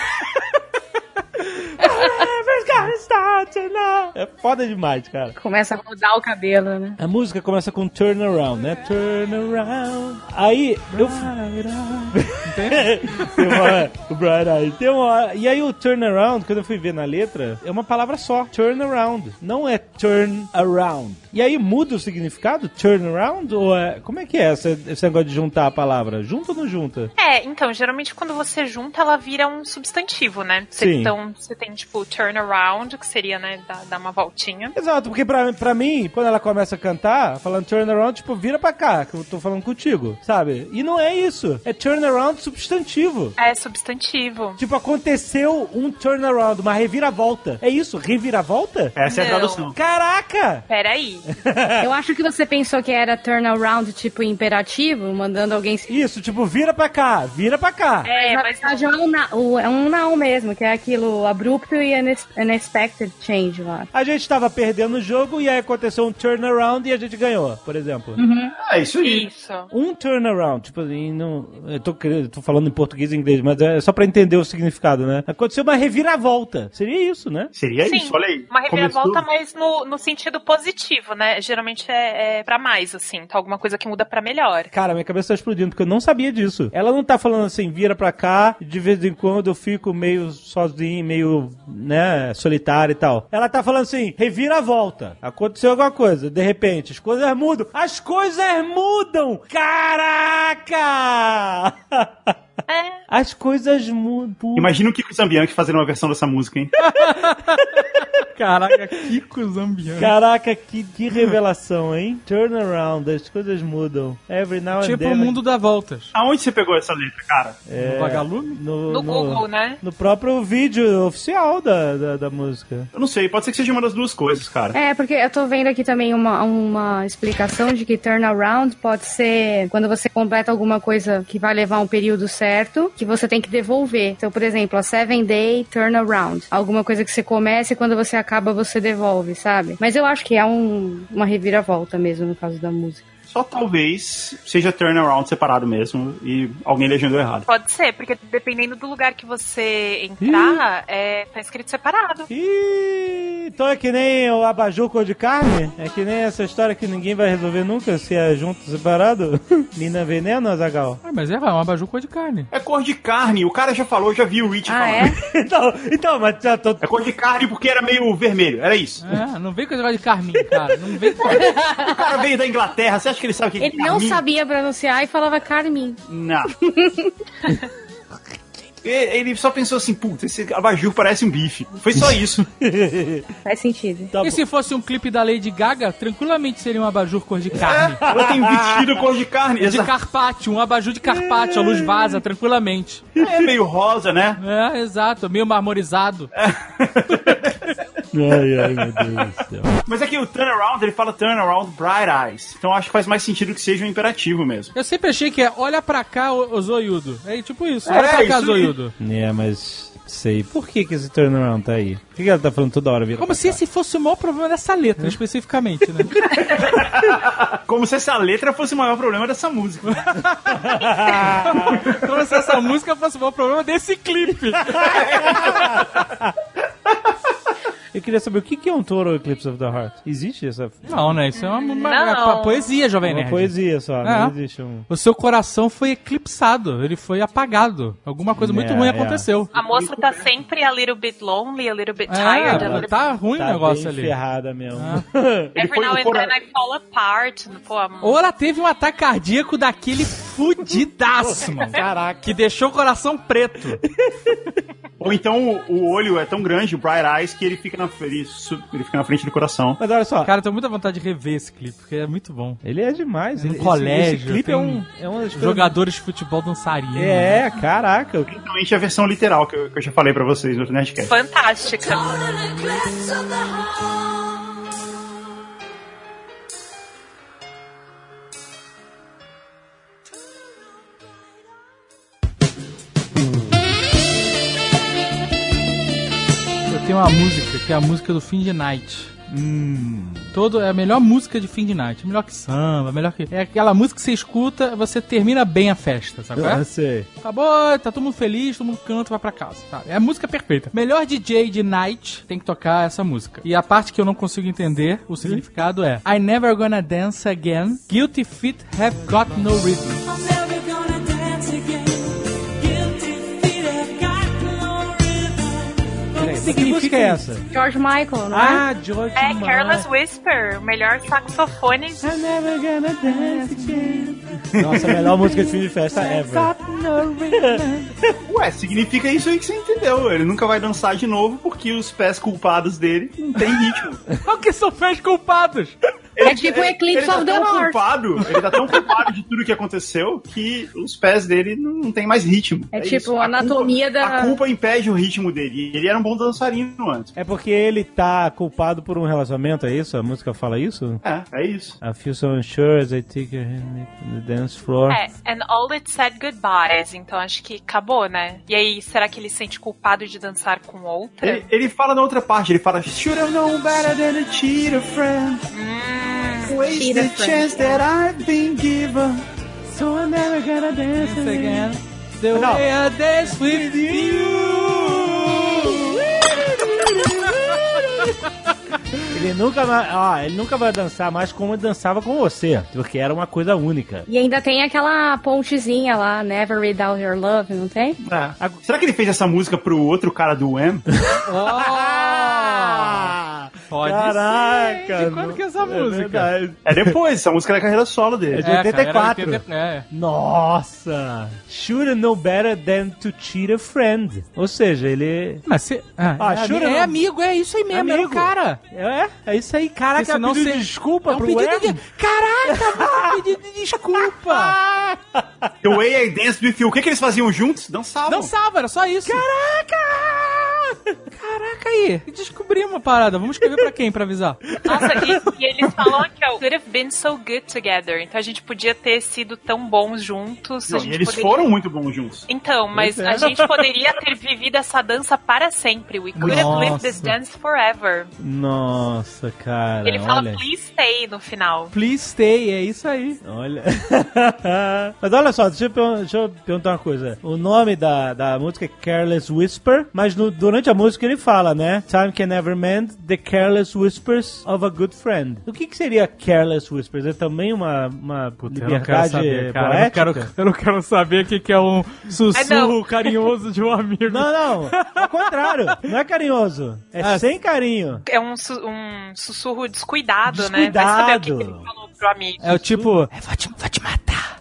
Speaker 2: Whatever's gonna start tonight. É foda demais, cara.
Speaker 6: Começa a rodar o cabelo, né?
Speaker 2: A música começa com turn around, né? Turn around. Aí eu. Tem uma hora- o Bright Eyes. Tem uma hora- E aí o turn around, quando eu fui ver na letra, é uma palavra só. Turn around. Não é turn around. E aí muda o significado? Turn around? Ou é. Como é que é essa- esse negócio de juntar a palavra? Junta ou não junta?
Speaker 3: É, então, geralmente quando você junta, ela vira um substantivo, né? Você-
Speaker 2: Sim.
Speaker 3: Então, você tem, tipo, turnaround, que seria, né, dar, dar uma voltinha.
Speaker 2: Exato, porque pra, pra mim, quando ela começa a cantar, falando turn around, tipo, vira pra cá, que eu tô falando contigo, sabe? E não é isso. É turn around substantivo.
Speaker 3: É, substantivo.
Speaker 2: Tipo, aconteceu um turnaround, uma reviravolta. É isso? Reviravolta?
Speaker 5: Essa é a
Speaker 3: Não.
Speaker 5: tradução.
Speaker 2: Caraca!
Speaker 3: Peraí.
Speaker 6: Eu acho que você pensou que era turnaround, tipo imperativo, mandando alguém se.
Speaker 2: Isso, tipo, vira pra cá, vira pra cá.
Speaker 3: É,
Speaker 6: Na
Speaker 3: mas
Speaker 6: verdade, é um, na- o- é um não mesmo, que é aquilo abrupto e unex- unexpected change lá.
Speaker 2: A gente tava perdendo o jogo e aí aconteceu um turnaround e a gente ganhou, por exemplo.
Speaker 5: É isso aí.
Speaker 3: isso.
Speaker 2: Um turnaround, tipo, e não, eu tô, querendo- tô falando em português e inglês, mas é só pra entender o significado, né? Aconteceu uma reviravolta. Seria isso, né?
Speaker 5: Seria
Speaker 3: Sim,
Speaker 5: é isso, olha aí.
Speaker 3: uma reviravolta,
Speaker 5: Começou.
Speaker 3: mas no, no sentido positivo, né? Geralmente é, é pra mais, assim. Então, alguma coisa que muda pra melhor.
Speaker 2: Cara, minha cabeça tá explodindo, porque eu não sabia disso. Ela não tá falando assim, vira pra cá, de vez em quando eu fico meio sozinho, meio, né, solitário e tal. Ela tá falando assim, revira a volta. Aconteceu alguma coisa, de repente, as coisas mudam. As coisas mudam! Caraca!
Speaker 3: É,
Speaker 2: As coisas mudam.
Speaker 5: Imagina o Kiko Zambianchi fazendo uma versão dessa música, hein?
Speaker 4: Caraca, Kiko Zambiano.
Speaker 2: Caraca, que, que revelação, hein? Turn around, as coisas mudam. Every now and
Speaker 4: Tipo
Speaker 2: then.
Speaker 4: o mundo dá voltas.
Speaker 5: Aonde você pegou essa letra, cara?
Speaker 4: É... Vagalume?
Speaker 2: No,
Speaker 3: no Google, né?
Speaker 2: No próprio vídeo oficial da, da, da música.
Speaker 5: Eu não sei, pode ser que seja uma das duas coisas, cara.
Speaker 6: É, porque eu tô vendo aqui também uma, uma explicação de que turnaround pode ser quando você completa alguma coisa que vai levar um período certo, que você tem que devolver. Então, por exemplo, a seven day turnaround. Alguma coisa que você começa e quando você acaba, você devolve, sabe? Mas eu acho que é um, uma reviravolta mesmo no caso da música.
Speaker 5: Só talvez seja turnaround separado mesmo e alguém legendou errado.
Speaker 3: Pode ser, porque dependendo do lugar que você entrar, é, tá escrito separado.
Speaker 2: Ih, então é que nem o abajur cor de carne? É que nem essa história que ninguém vai resolver nunca, se é junto separado? Mina veneno, Azagal?
Speaker 4: Ah, mas é, vai, uma bajuca de carne.
Speaker 5: É cor de carne, o cara já falou, já vi o Rich
Speaker 6: Ah,
Speaker 5: falando.
Speaker 6: é?
Speaker 2: então, então, mas já tô...
Speaker 5: É cor de carne porque era meio vermelho, era isso.
Speaker 4: É, não vem com esse negócio de carminho, cara. Não vem com...
Speaker 5: O cara veio da Inglaterra, você acha que ele sabe o que
Speaker 6: Ele
Speaker 5: é
Speaker 6: não
Speaker 5: carmim?
Speaker 6: sabia pronunciar e falava Carmin.
Speaker 5: Não. E- Ele só pensou assim, puta, esse abajur parece um bife. Foi só isso.
Speaker 6: Faz sentido.
Speaker 2: Tá
Speaker 4: E se fosse um clipe da Lady Gaga, tranquilamente seria um abajur cor de carne.
Speaker 5: Ela tem um vestido cor de carne.
Speaker 4: De
Speaker 5: Essa
Speaker 4: carpaccio, um abajur de carpaccio, a luz vaza tranquilamente.
Speaker 5: é meio rosa, né?
Speaker 4: É, exato, meio marmorizado.
Speaker 2: Ai, ai, meu Deus do céu.
Speaker 5: Mas é que o turnaround, ele fala turnaround bright eyes. Então acho que faz mais sentido que seja um imperativo mesmo.
Speaker 4: Eu sempre achei que é olha pra cá, ô, ô zoiudo. É tipo isso, olha
Speaker 5: É,
Speaker 4: pra cá,
Speaker 5: isso aí.
Speaker 4: zoiudo.
Speaker 2: É, mas sei. Por que que esse turnaround tá aí? Por que que ela tá falando toda hora? Vira
Speaker 4: Como assim?
Speaker 2: pra
Speaker 4: se
Speaker 2: cá?
Speaker 4: esse fosse o maior problema dessa letra, especificamente, né?
Speaker 5: Como se essa letra fosse o maior problema dessa música.
Speaker 4: Como se essa música fosse o maior problema desse clipe.
Speaker 2: Eu queria saber o que que é um total eclipse of the heart. Existe essa?
Speaker 4: Não, né? Isso é uma, uma-
Speaker 2: Não.
Speaker 4: é pa- poesia, Jovem
Speaker 2: Uma
Speaker 4: Nerd.
Speaker 2: poesia só,
Speaker 4: É.
Speaker 2: não existe um...
Speaker 4: O seu coração foi eclipsado, ele foi apagado. Alguma coisa muito
Speaker 2: É,
Speaker 4: ruim
Speaker 2: é.
Speaker 4: aconteceu.
Speaker 3: A moça tá sempre a little bit lonely, a little bit
Speaker 4: É,
Speaker 3: tired. a
Speaker 4: ela
Speaker 3: little
Speaker 4: tá
Speaker 3: bit-
Speaker 4: ruim
Speaker 2: tá
Speaker 4: o negócio
Speaker 2: bem
Speaker 4: ali. Ah.
Speaker 2: ferrada mesmo.
Speaker 3: Every now and then I fall apart. Pô, amor.
Speaker 4: Ou ela teve um ataque cardíaco daquele fudidaço, mano. Caraca. Que deixou o coração preto.
Speaker 5: Ou então o, o olho é tão grande, o Bright Eyes, que ele fica na, ele su- ele fica na frente do coração.
Speaker 2: Mas olha só,
Speaker 4: Cara, eu tô muita vontade de rever esse clipe, porque é muito bom.
Speaker 2: ele é demais.
Speaker 4: No
Speaker 2: Esse-
Speaker 4: colégio,
Speaker 2: Esse clipe é
Speaker 4: tem
Speaker 2: um... É uma das coisas-
Speaker 4: Jogadores de futebol dançarinos.
Speaker 2: É, caraca.
Speaker 5: Principalmente a versão literal que eu, que eu já falei pra vocês no Nerdcast.
Speaker 3: Fantástica.
Speaker 4: Eu tenho uma música, que é a música do fim de night.
Speaker 2: Hum.
Speaker 4: Todo, é a melhor música de fim de night. Melhor que samba, melhor que. É aquela música que você escuta, você termina bem a festa, sabe? qual é?
Speaker 2: Eu sei.
Speaker 4: Acabou, tá todo mundo feliz, todo mundo canta, vai pra casa, sabe? É a música perfeita. Melhor DJ de night tem que tocar essa música. E a parte que eu não consigo entender, o significado é I never gonna dance again, guilty feet have got no rhythm.
Speaker 2: Peraí, que música é essa?
Speaker 6: George Michael, não é?
Speaker 2: Ah, George
Speaker 3: É
Speaker 2: Michael.
Speaker 3: Careless Whisper, o melhor saxofone.
Speaker 2: I'm never gonna dance again. Nossa, a melhor música de fim de festa ever.
Speaker 5: Ué, significa isso aí que você entendeu. Ele nunca vai dançar de novo porque os pés culpados dele não tem ritmo.
Speaker 4: Olha que são fãs culpados!
Speaker 6: É tipo o
Speaker 5: ele
Speaker 6: Eclipse
Speaker 5: tá
Speaker 6: of the
Speaker 5: tão
Speaker 6: Heart.
Speaker 5: culpado, ele tá tão culpado de tudo que aconteceu que os pés dele não, não tem mais ritmo.
Speaker 6: É tipo
Speaker 5: isso.
Speaker 6: a anatomia
Speaker 5: culpa,
Speaker 6: da-
Speaker 5: A culpa impede o ritmo dele. E Ele era um bom dançarino antes.
Speaker 2: É porque ele tá culpado por um relacionamento, é isso? A música fala isso?
Speaker 5: É, é isso.
Speaker 2: I feel so unsure as I take your hand on the dance floor.
Speaker 3: É, and all it said goodbyes. Então acho que acabou, né? E aí, será que ele se sente culpado de dançar com outra?
Speaker 5: Ele, ele fala na outra parte, ele fala Should have known better than a cheater friend Waste
Speaker 6: Cheater
Speaker 5: the
Speaker 6: Hum, friend.
Speaker 5: chance that I've been given
Speaker 2: So I never gonna dance again.
Speaker 4: The
Speaker 5: Não.
Speaker 4: way I dance with you.
Speaker 2: Ele nunca, mais, ó, ele nunca vai dançar mais como ele dançava com você, porque era uma coisa única.
Speaker 6: E ainda tem aquela pontezinha lá, Never Without Your Love, não tem?
Speaker 5: Ah, agora- Será que ele fez essa música pro outro cara do Wham?
Speaker 2: Ah!
Speaker 4: Pode
Speaker 2: Caraca!
Speaker 4: ser. De quando que é essa música?
Speaker 2: verdade.
Speaker 5: É depois, essa música é da carreira solo dele.
Speaker 2: de 84.
Speaker 4: cara, era 80 é.
Speaker 2: Nossa! Should know better than to cheat a friend. Ou seja, ele.
Speaker 4: Mas se- ah,
Speaker 2: Ah,
Speaker 4: é,
Speaker 2: jura
Speaker 4: ami-
Speaker 2: não?
Speaker 4: é amigo, é isso aí mesmo, era o
Speaker 2: Amigo.
Speaker 4: cara.
Speaker 2: É, é isso aí, caraca,
Speaker 4: Porque senão
Speaker 2: pediu
Speaker 4: você-
Speaker 2: desculpa
Speaker 4: é um
Speaker 2: pro
Speaker 4: pedido
Speaker 2: Wham.
Speaker 4: de... Caraca, mano, um pedido de desculpa.
Speaker 5: The Way I Dance with You. O que, que eles faziam juntos? Dançavam.
Speaker 4: Dançava, era só isso. Caraca! Caraca aí, descobrimos uma parada. Vamos escrever pra quem, pra avisar?
Speaker 3: Nossa, e, e eles falam aqui, ó, could have been so good together. Então a gente podia ter sido tão bons juntos. a
Speaker 5: Não, e
Speaker 3: gente
Speaker 5: eles
Speaker 3: poderia-
Speaker 5: foram muito bons juntos.
Speaker 3: Então, mas a gente poderia ter vivido essa dança para sempre. We could have lived this
Speaker 4: Nossa.
Speaker 3: dance forever.
Speaker 2: Nossa, cara.
Speaker 3: Ele fala
Speaker 2: É, olha.
Speaker 3: please stay no final.
Speaker 4: Please stay, é isso aí.
Speaker 2: Olha. mas olha só, deixa eu, pergun- deixa eu perguntar uma coisa. O nome da, da música é Careless Whisper, mas no- durante a música ele fala, né? Time can never mend the careless whispers of a good friend. O que, que seria careless whispers? É também uma, uma liberdade poética?
Speaker 4: eu não quero saber o que, que é um
Speaker 3: não.
Speaker 4: carinhoso de um amigo.
Speaker 2: Não, não. Ao contrário. Não é carinhoso. É sem carinho.
Speaker 3: É um, su- um sussurro descuidado, né? Vai saber o
Speaker 2: Descuidado.
Speaker 3: que, que ele falou pro amigo.
Speaker 4: É o tipo, eu vou te, vou te matar.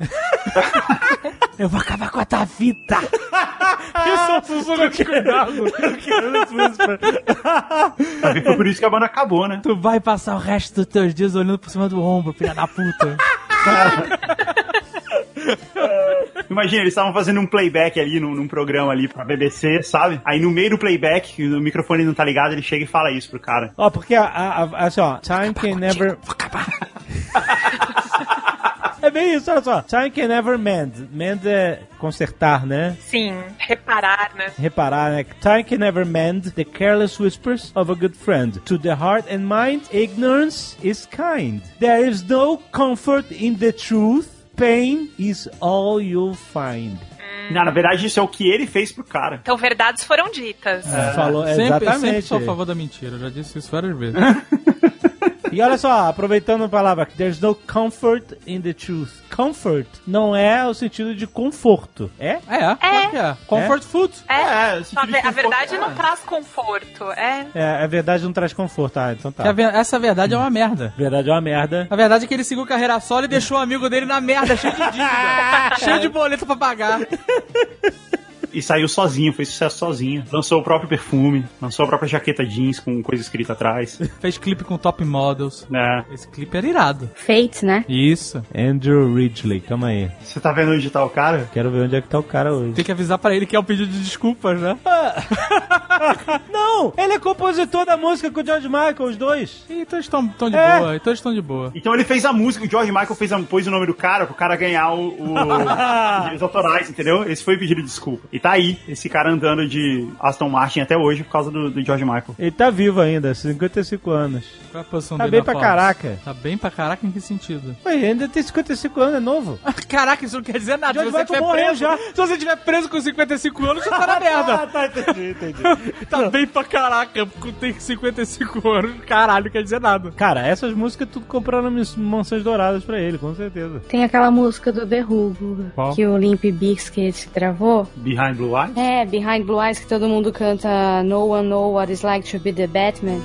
Speaker 4: eu vou acabar com a tua vida. Isso é um sussurro de
Speaker 2: Careless whisper.
Speaker 5: Sabe? Foi por isso que a banda acabou, né?
Speaker 4: Tu vai passar o resto dos teus dias olhando por cima do ombro, filha da puta.
Speaker 5: Imagina, eles estavam fazendo um playback ali num, num programa ali pra BBC, sabe? Aí no meio do playback, que o microfone não tá ligado, ele chega e fala isso pro cara.
Speaker 2: Ó, Oh, porque ah, a, a- a- assim, ó, time can never. É bem isso, olha só. Time can never mend. Mend é consertar, né?
Speaker 3: Sim, reparar, né?
Speaker 2: Reparar, né? Time can never mend the careless whispers of a good friend. To the heart and mind, ignorance is kind. There is no comfort in the truth. Pain is all you'll find.
Speaker 5: Não, na verdade, isso é o que ele fez pro cara.
Speaker 3: Então, verdades foram ditas.
Speaker 2: Falou, é,
Speaker 4: sempre, eu sempre
Speaker 2: exatamente.
Speaker 4: sou a favor da mentira, eu já disse isso várias vezes.
Speaker 2: E olha só, aproveitando a palavra, there's no comfort in the truth. Comfort não é o sentido de conforto, é?
Speaker 4: É, é. claro que é. Comfort food.
Speaker 5: É,
Speaker 3: É,
Speaker 5: é,
Speaker 3: só a
Speaker 5: sentido de
Speaker 3: ver- a
Speaker 5: conforto,
Speaker 3: verdade
Speaker 5: é.
Speaker 3: não traz conforto. É,
Speaker 2: É, a verdade não traz conforto. Ah, então tá.
Speaker 4: Que a ve- essa verdade é uma merda.
Speaker 2: Verdade é uma merda.
Speaker 4: A verdade é que ele seguiu carreira solo e deixou o amigo dele na merda, cheio de
Speaker 2: Ah!
Speaker 4: dívida. cheio de boleto pra pagar.
Speaker 5: E saiu sozinho, fez sucesso sozinho. Lançou o próprio perfume, lançou a própria jaqueta jeans com coisa escrita atrás.
Speaker 4: Fez clipe com top models.
Speaker 5: né?
Speaker 4: Esse clipe era irado.
Speaker 6: Fates, né?
Speaker 4: Isso.
Speaker 9: Andrew Ridgely, calma aí.
Speaker 5: Você tá vendo onde tá o cara?
Speaker 9: Quero ver onde é que tá o cara hoje.
Speaker 4: Tem que avisar pra ele que é um pedido de desculpas, né?
Speaker 2: Não, ele é compositor da música com o George Michael, os dois.
Speaker 4: E todos estão Então tão de
Speaker 2: É.
Speaker 4: boa, e todos estão de boa.
Speaker 5: Então ele fez a música, o George Michael fez a, pôs o nome do cara pro cara ganhar o, o os autorais, entendeu? Esse foi o pedido de desculpa. E tá aí, esse cara andando de Aston Martin até hoje por causa do, do George Michael.
Speaker 2: Ele tá vivo ainda, 55 anos.
Speaker 4: Qual é a posição
Speaker 2: Tá
Speaker 4: dele
Speaker 2: bem
Speaker 4: na
Speaker 2: pra
Speaker 4: Forbes?
Speaker 2: caraca.
Speaker 4: Tá bem pra caraca em que sentido?
Speaker 2: Ué, ele ainda tem 55 anos, é novo.
Speaker 4: Caraca, isso não quer dizer nada.
Speaker 2: George
Speaker 4: Se você
Speaker 2: Michael
Speaker 4: tiver
Speaker 2: morreu
Speaker 4: preso,
Speaker 2: já.
Speaker 4: Se você tiver preso com 55 anos, você tá na merda.
Speaker 2: tá, entendi, entendi.
Speaker 4: Tá bem pra caraca, com- tem 55 anos, caralho, não quer dizer nada.
Speaker 2: Cara, essas músicas tudo compraram mis- mansões douradas pra ele, com certeza.
Speaker 6: Tem aquela música do Derrubo
Speaker 4: Qual?
Speaker 6: que o Limp Bizkit gravou.
Speaker 5: Behind Blue Eyes?
Speaker 6: É, Behind Blue Eyes, que todo mundo canta No One Know What It's Like to Be the Batman.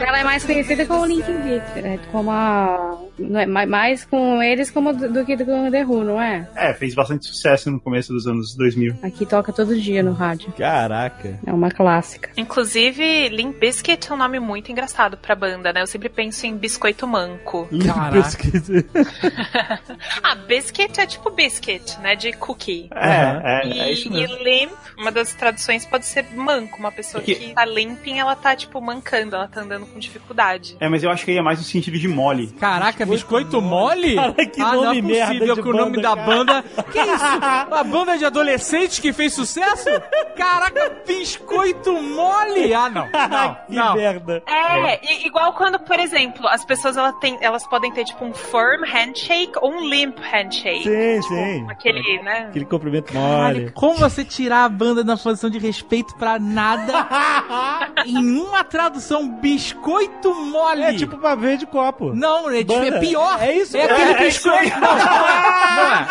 Speaker 6: Ela é mais conhecida como Limp Bizkit, né? como a... não é, ma- mais com eles como do, do que com o The Who, não é?
Speaker 5: É, fez bastante sucesso no começo dos anos 2000.
Speaker 6: Aqui toca todo dia no rádio.
Speaker 9: Caraca.
Speaker 6: É uma clássica.
Speaker 3: Inclusive, Limp Bizkit é um nome muito engraçado pra banda, né? Eu sempre penso em biscoito manco.
Speaker 4: Caraca.
Speaker 3: Ah, biscuit é tipo biscuit, né? De cookie.
Speaker 5: É, é,
Speaker 3: E,
Speaker 5: é isso mesmo.
Speaker 3: e limp, uma das traduções pode ser manco, uma pessoa
Speaker 5: Que-
Speaker 3: que, tá limping, ela tá, tipo, mancando, ela tá andando com dificuldade.
Speaker 5: É, mas eu acho que aí é mais no sentido de mole.
Speaker 4: Caraca, biscoito mole?
Speaker 2: Cara, que
Speaker 4: ah, não é
Speaker 2: nome merda
Speaker 4: possível
Speaker 2: de
Speaker 4: que o nome
Speaker 2: banda,
Speaker 4: da
Speaker 2: cara.
Speaker 4: banda. Que isso? A banda de adolescentes que fez sucesso? Caraca, biscoito mole? Ah, não. Não,
Speaker 2: que
Speaker 4: não.
Speaker 2: merda.
Speaker 3: É, i- igual quando, por exemplo, as pessoas ela tem, elas podem ter, tipo, um firm handshake ou um limp handshake. Tipo,
Speaker 2: Sim, sim.
Speaker 3: Aquele, né?
Speaker 2: Aquele cumprimento mole.
Speaker 4: Como você tirar a banda da posição de respeito pra nada em uma tradução biscoito mole?
Speaker 2: É tipo pavê de copo.
Speaker 4: Não, é, tipo,
Speaker 2: Banda.
Speaker 4: é pior.
Speaker 2: É isso
Speaker 4: É
Speaker 2: mesmo.
Speaker 4: aquele
Speaker 2: É, é isso
Speaker 4: biscoito.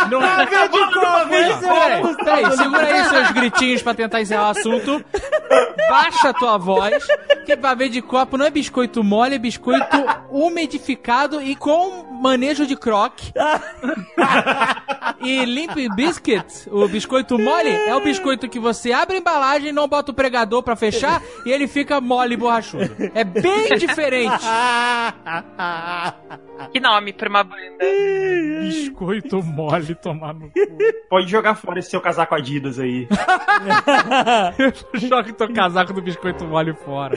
Speaker 4: Não, não, é, não é.
Speaker 2: Pavê de copo,
Speaker 4: Peraí,
Speaker 2: esse é o
Speaker 4: peraí, peraí, segura aí seus gritinhos pra tentar encerrar o assunto. Baixa a tua voz, que pavê de copo não é biscoito mole, é biscoito umedificado e com manejo de croque. E Limp Biscuit, o biscoito mole, é o biscoito que você abre a embalagem, não bota o pregador pra fechar e ele fica mole e borrachudo. É bem diferente.
Speaker 3: Que nome pra uma banda.
Speaker 4: Biscoito mole tomar no
Speaker 5: Pode jogar fora esse seu casaco Adidas aí.
Speaker 4: Joga teu casaco do biscoito mole fora.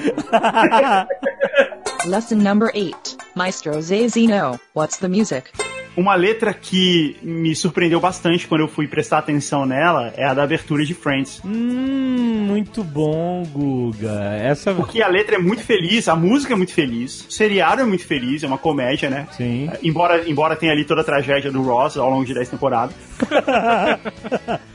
Speaker 10: Lesson number 8. Maestro Zazino, what's the music?
Speaker 5: Uma letra que me surpreendeu bastante quando eu fui prestar atenção nela é a da abertura de Friends.
Speaker 2: Hum, muito bom, Guga. Essa.
Speaker 5: Porque a letra é muito feliz, a música é muito feliz, o seriado é muito feliz, é uma comédia, né?
Speaker 2: Sim.
Speaker 5: Embora, embora tenha ali toda a tragédia do Ross ao longo de 10 temporadas.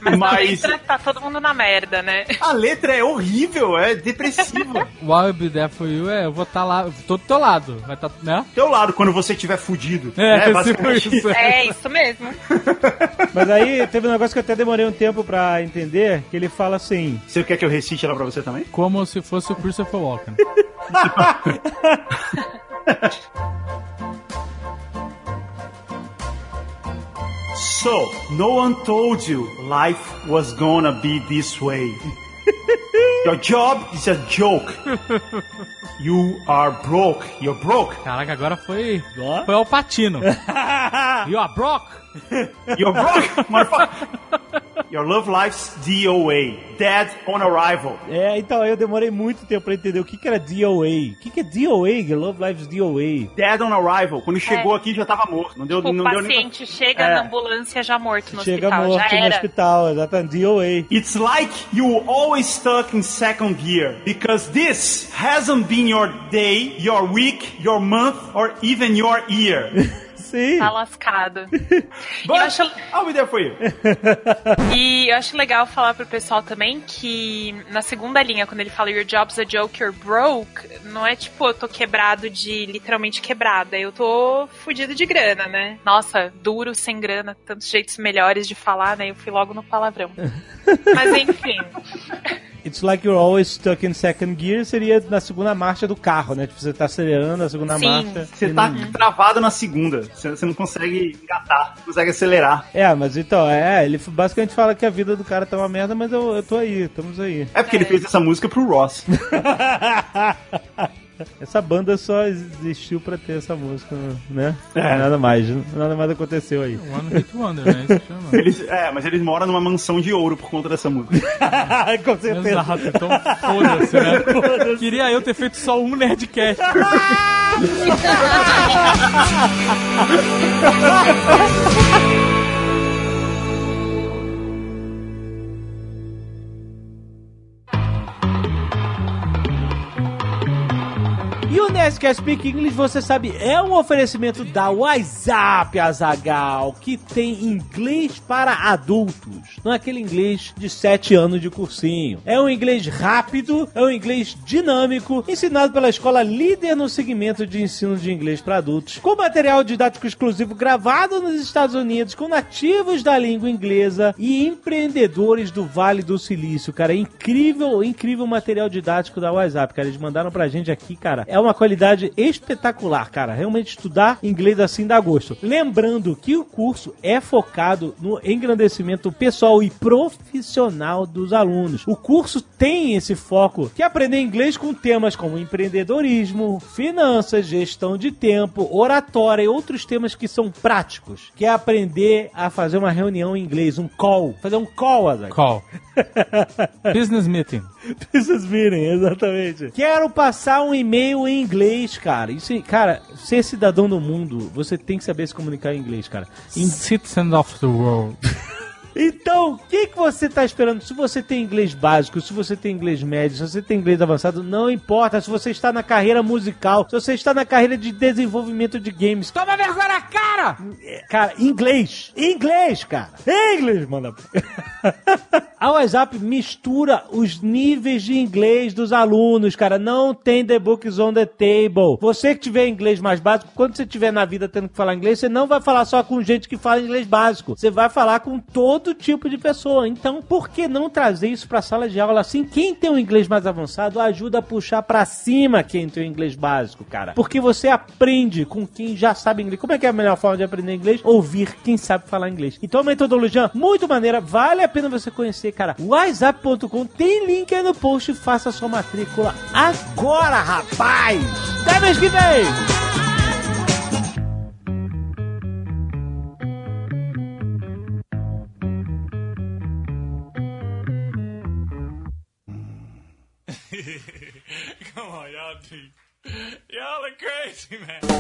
Speaker 3: Mas, na
Speaker 5: Mas
Speaker 3: letra tá todo mundo na merda, né?
Speaker 5: a letra é horrível, é depressiva.
Speaker 4: O I'll Be There For You é, eu vou estar lá, tô do teu lado, vai tá, né?
Speaker 5: Teu lado, quando você estiver fudido.
Speaker 4: É,
Speaker 5: né,
Speaker 4: tipo
Speaker 5: basicamente.
Speaker 4: isso.
Speaker 3: É isso mesmo.
Speaker 2: Mas aí teve um negócio que eu até demorei um tempo pra entender, que ele fala assim.
Speaker 5: Você quer que eu recite ela pra você também?
Speaker 4: Como se fosse o Christopher Walken.
Speaker 5: So, no one told you life was gonna be this way. Your job is a joke. You are broke. You're broke.
Speaker 4: Caraca, agora foi. Foi o Patino. E ó, Brock!
Speaker 5: You're broke, motherfucker. Your Love Life's DOA. Dead on Arrival.
Speaker 2: É, então eu demorei muito tempo pra entender o que, que era DOA. O que, que é DOA? Love Lives DOA.
Speaker 5: Dead on Arrival. Quando chegou aqui já tava morto. Não deu,
Speaker 3: Tipo, O
Speaker 5: não deu nem. pra-
Speaker 3: paciente chega
Speaker 5: É.
Speaker 3: na ambulância já morto no
Speaker 2: Chega
Speaker 3: hospital, já
Speaker 2: morto no
Speaker 3: era.
Speaker 2: hospital, exatamente. DOA.
Speaker 5: It's like you were always stuck in second gear because this hasn't been your day, your week, your month, or even your year.
Speaker 2: Sim.
Speaker 3: Tá lascado.
Speaker 5: But
Speaker 3: Eu acho-
Speaker 5: I'll be there for you.
Speaker 3: E eu acho legal falar pro pessoal também que na segunda linha, quando ele fala Your job's a joke, you're broke, não é tipo eu tô quebrado de literalmente quebrada, eu tô fudido de grana, né? Nossa, duro, sem grana, tantos jeitos melhores de falar, né? Eu fui logo no palavrão. Mas enfim,
Speaker 2: It's like you're always stuck in second gear seria na segunda marcha do carro, né? Tipo, você tá acelerando a segunda
Speaker 3: Sim.
Speaker 2: marcha.
Speaker 5: Você
Speaker 2: e
Speaker 5: tá
Speaker 2: não-
Speaker 5: travado na segunda. Você você não consegue engatar, não consegue acelerar.
Speaker 2: É, mas então, é, ele basicamente fala que a vida do cara tá uma merda, mas eu, eu tô aí, estamos aí.
Speaker 5: É porque ele fez essa música pro Ross.
Speaker 2: Essa banda só existiu pra ter essa música, né?
Speaker 5: É.
Speaker 2: Nada mais, nada mais aconteceu aí.
Speaker 4: One Hit Wonder, né? Isso chama.
Speaker 5: Eles, é, mas eles moram numa mansão de ouro por conta dessa música.
Speaker 2: Com certeza.
Speaker 4: Exato, então foda-se, né? Queria eu ter feito só um Nerdcast.
Speaker 2: E o Nerdcast Speak English, você sabe, é um oferecimento da WhatsApp, Azagal, que tem inglês para adultos. Não é aquele inglês de 7 anos de cursinho. É um inglês rápido, é um inglês dinâmico, ensinado pela escola líder no segmento de ensino de inglês para adultos, com material didático exclusivo gravado nos Estados Unidos, com nativos da língua inglesa e empreendedores do Vale do Silício, cara. É incrível, incrível material didático da WhatsApp, cara. Eles mandaram pra gente aqui, cara. É uma qualidade espetacular, cara. Realmente estudar inglês assim dá gosto. Lembrando que o curso é focado no engrandecimento pessoal e profissional dos alunos. O curso tem esse foco que é aprender inglês com temas como empreendedorismo, finanças, gestão de tempo, oratória e outros temas que são práticos. Que é aprender a fazer uma reunião em inglês, um call. Fazer um call, Azak.
Speaker 4: Call. Business meeting.
Speaker 2: Business meeting, exatamente. Quero passar um e-mail em inglês, cara. Isso, cara, ser cidadão do mundo, você tem que saber se comunicar em inglês, cara.
Speaker 4: In Citizen of the World.
Speaker 2: Então, o que, que você está esperando? Se você tem inglês básico, se você tem inglês médio, se você tem inglês avançado, não importa. Se você está na carreira musical, se você está na carreira de desenvolvimento de games. Toma vergonha na cara! É, Cara, inglês. Inglês, cara. Inglês, manda. A WhatsApp mistura os níveis de inglês dos alunos, cara. Não tem The Books on the Table. Você que tiver inglês mais básico, quando você tiver na vida tendo que falar inglês, você não vai falar só com gente que fala inglês básico. Você vai falar com todo tipo de pessoa. Então, por que não trazer isso pra sala de aula assim? Quem tem um inglês mais avançado ajuda a puxar pra cima quem tem o inglês básico, cara. Porque você aprende com quem já sabe inglês. Como é que é a melhor forma de aprender inglês? Ouvir quem sabe falar inglês. Então, a metodologia muito maneira, vale a pena você conhecer, cara. WhatsApp.com tem link aí no post. Faça sua matrícula agora, rapaz! Até mês que vem!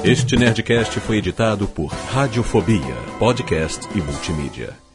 Speaker 1: Este Nerdcast foi editado por Radiofobia, podcast e multimídia.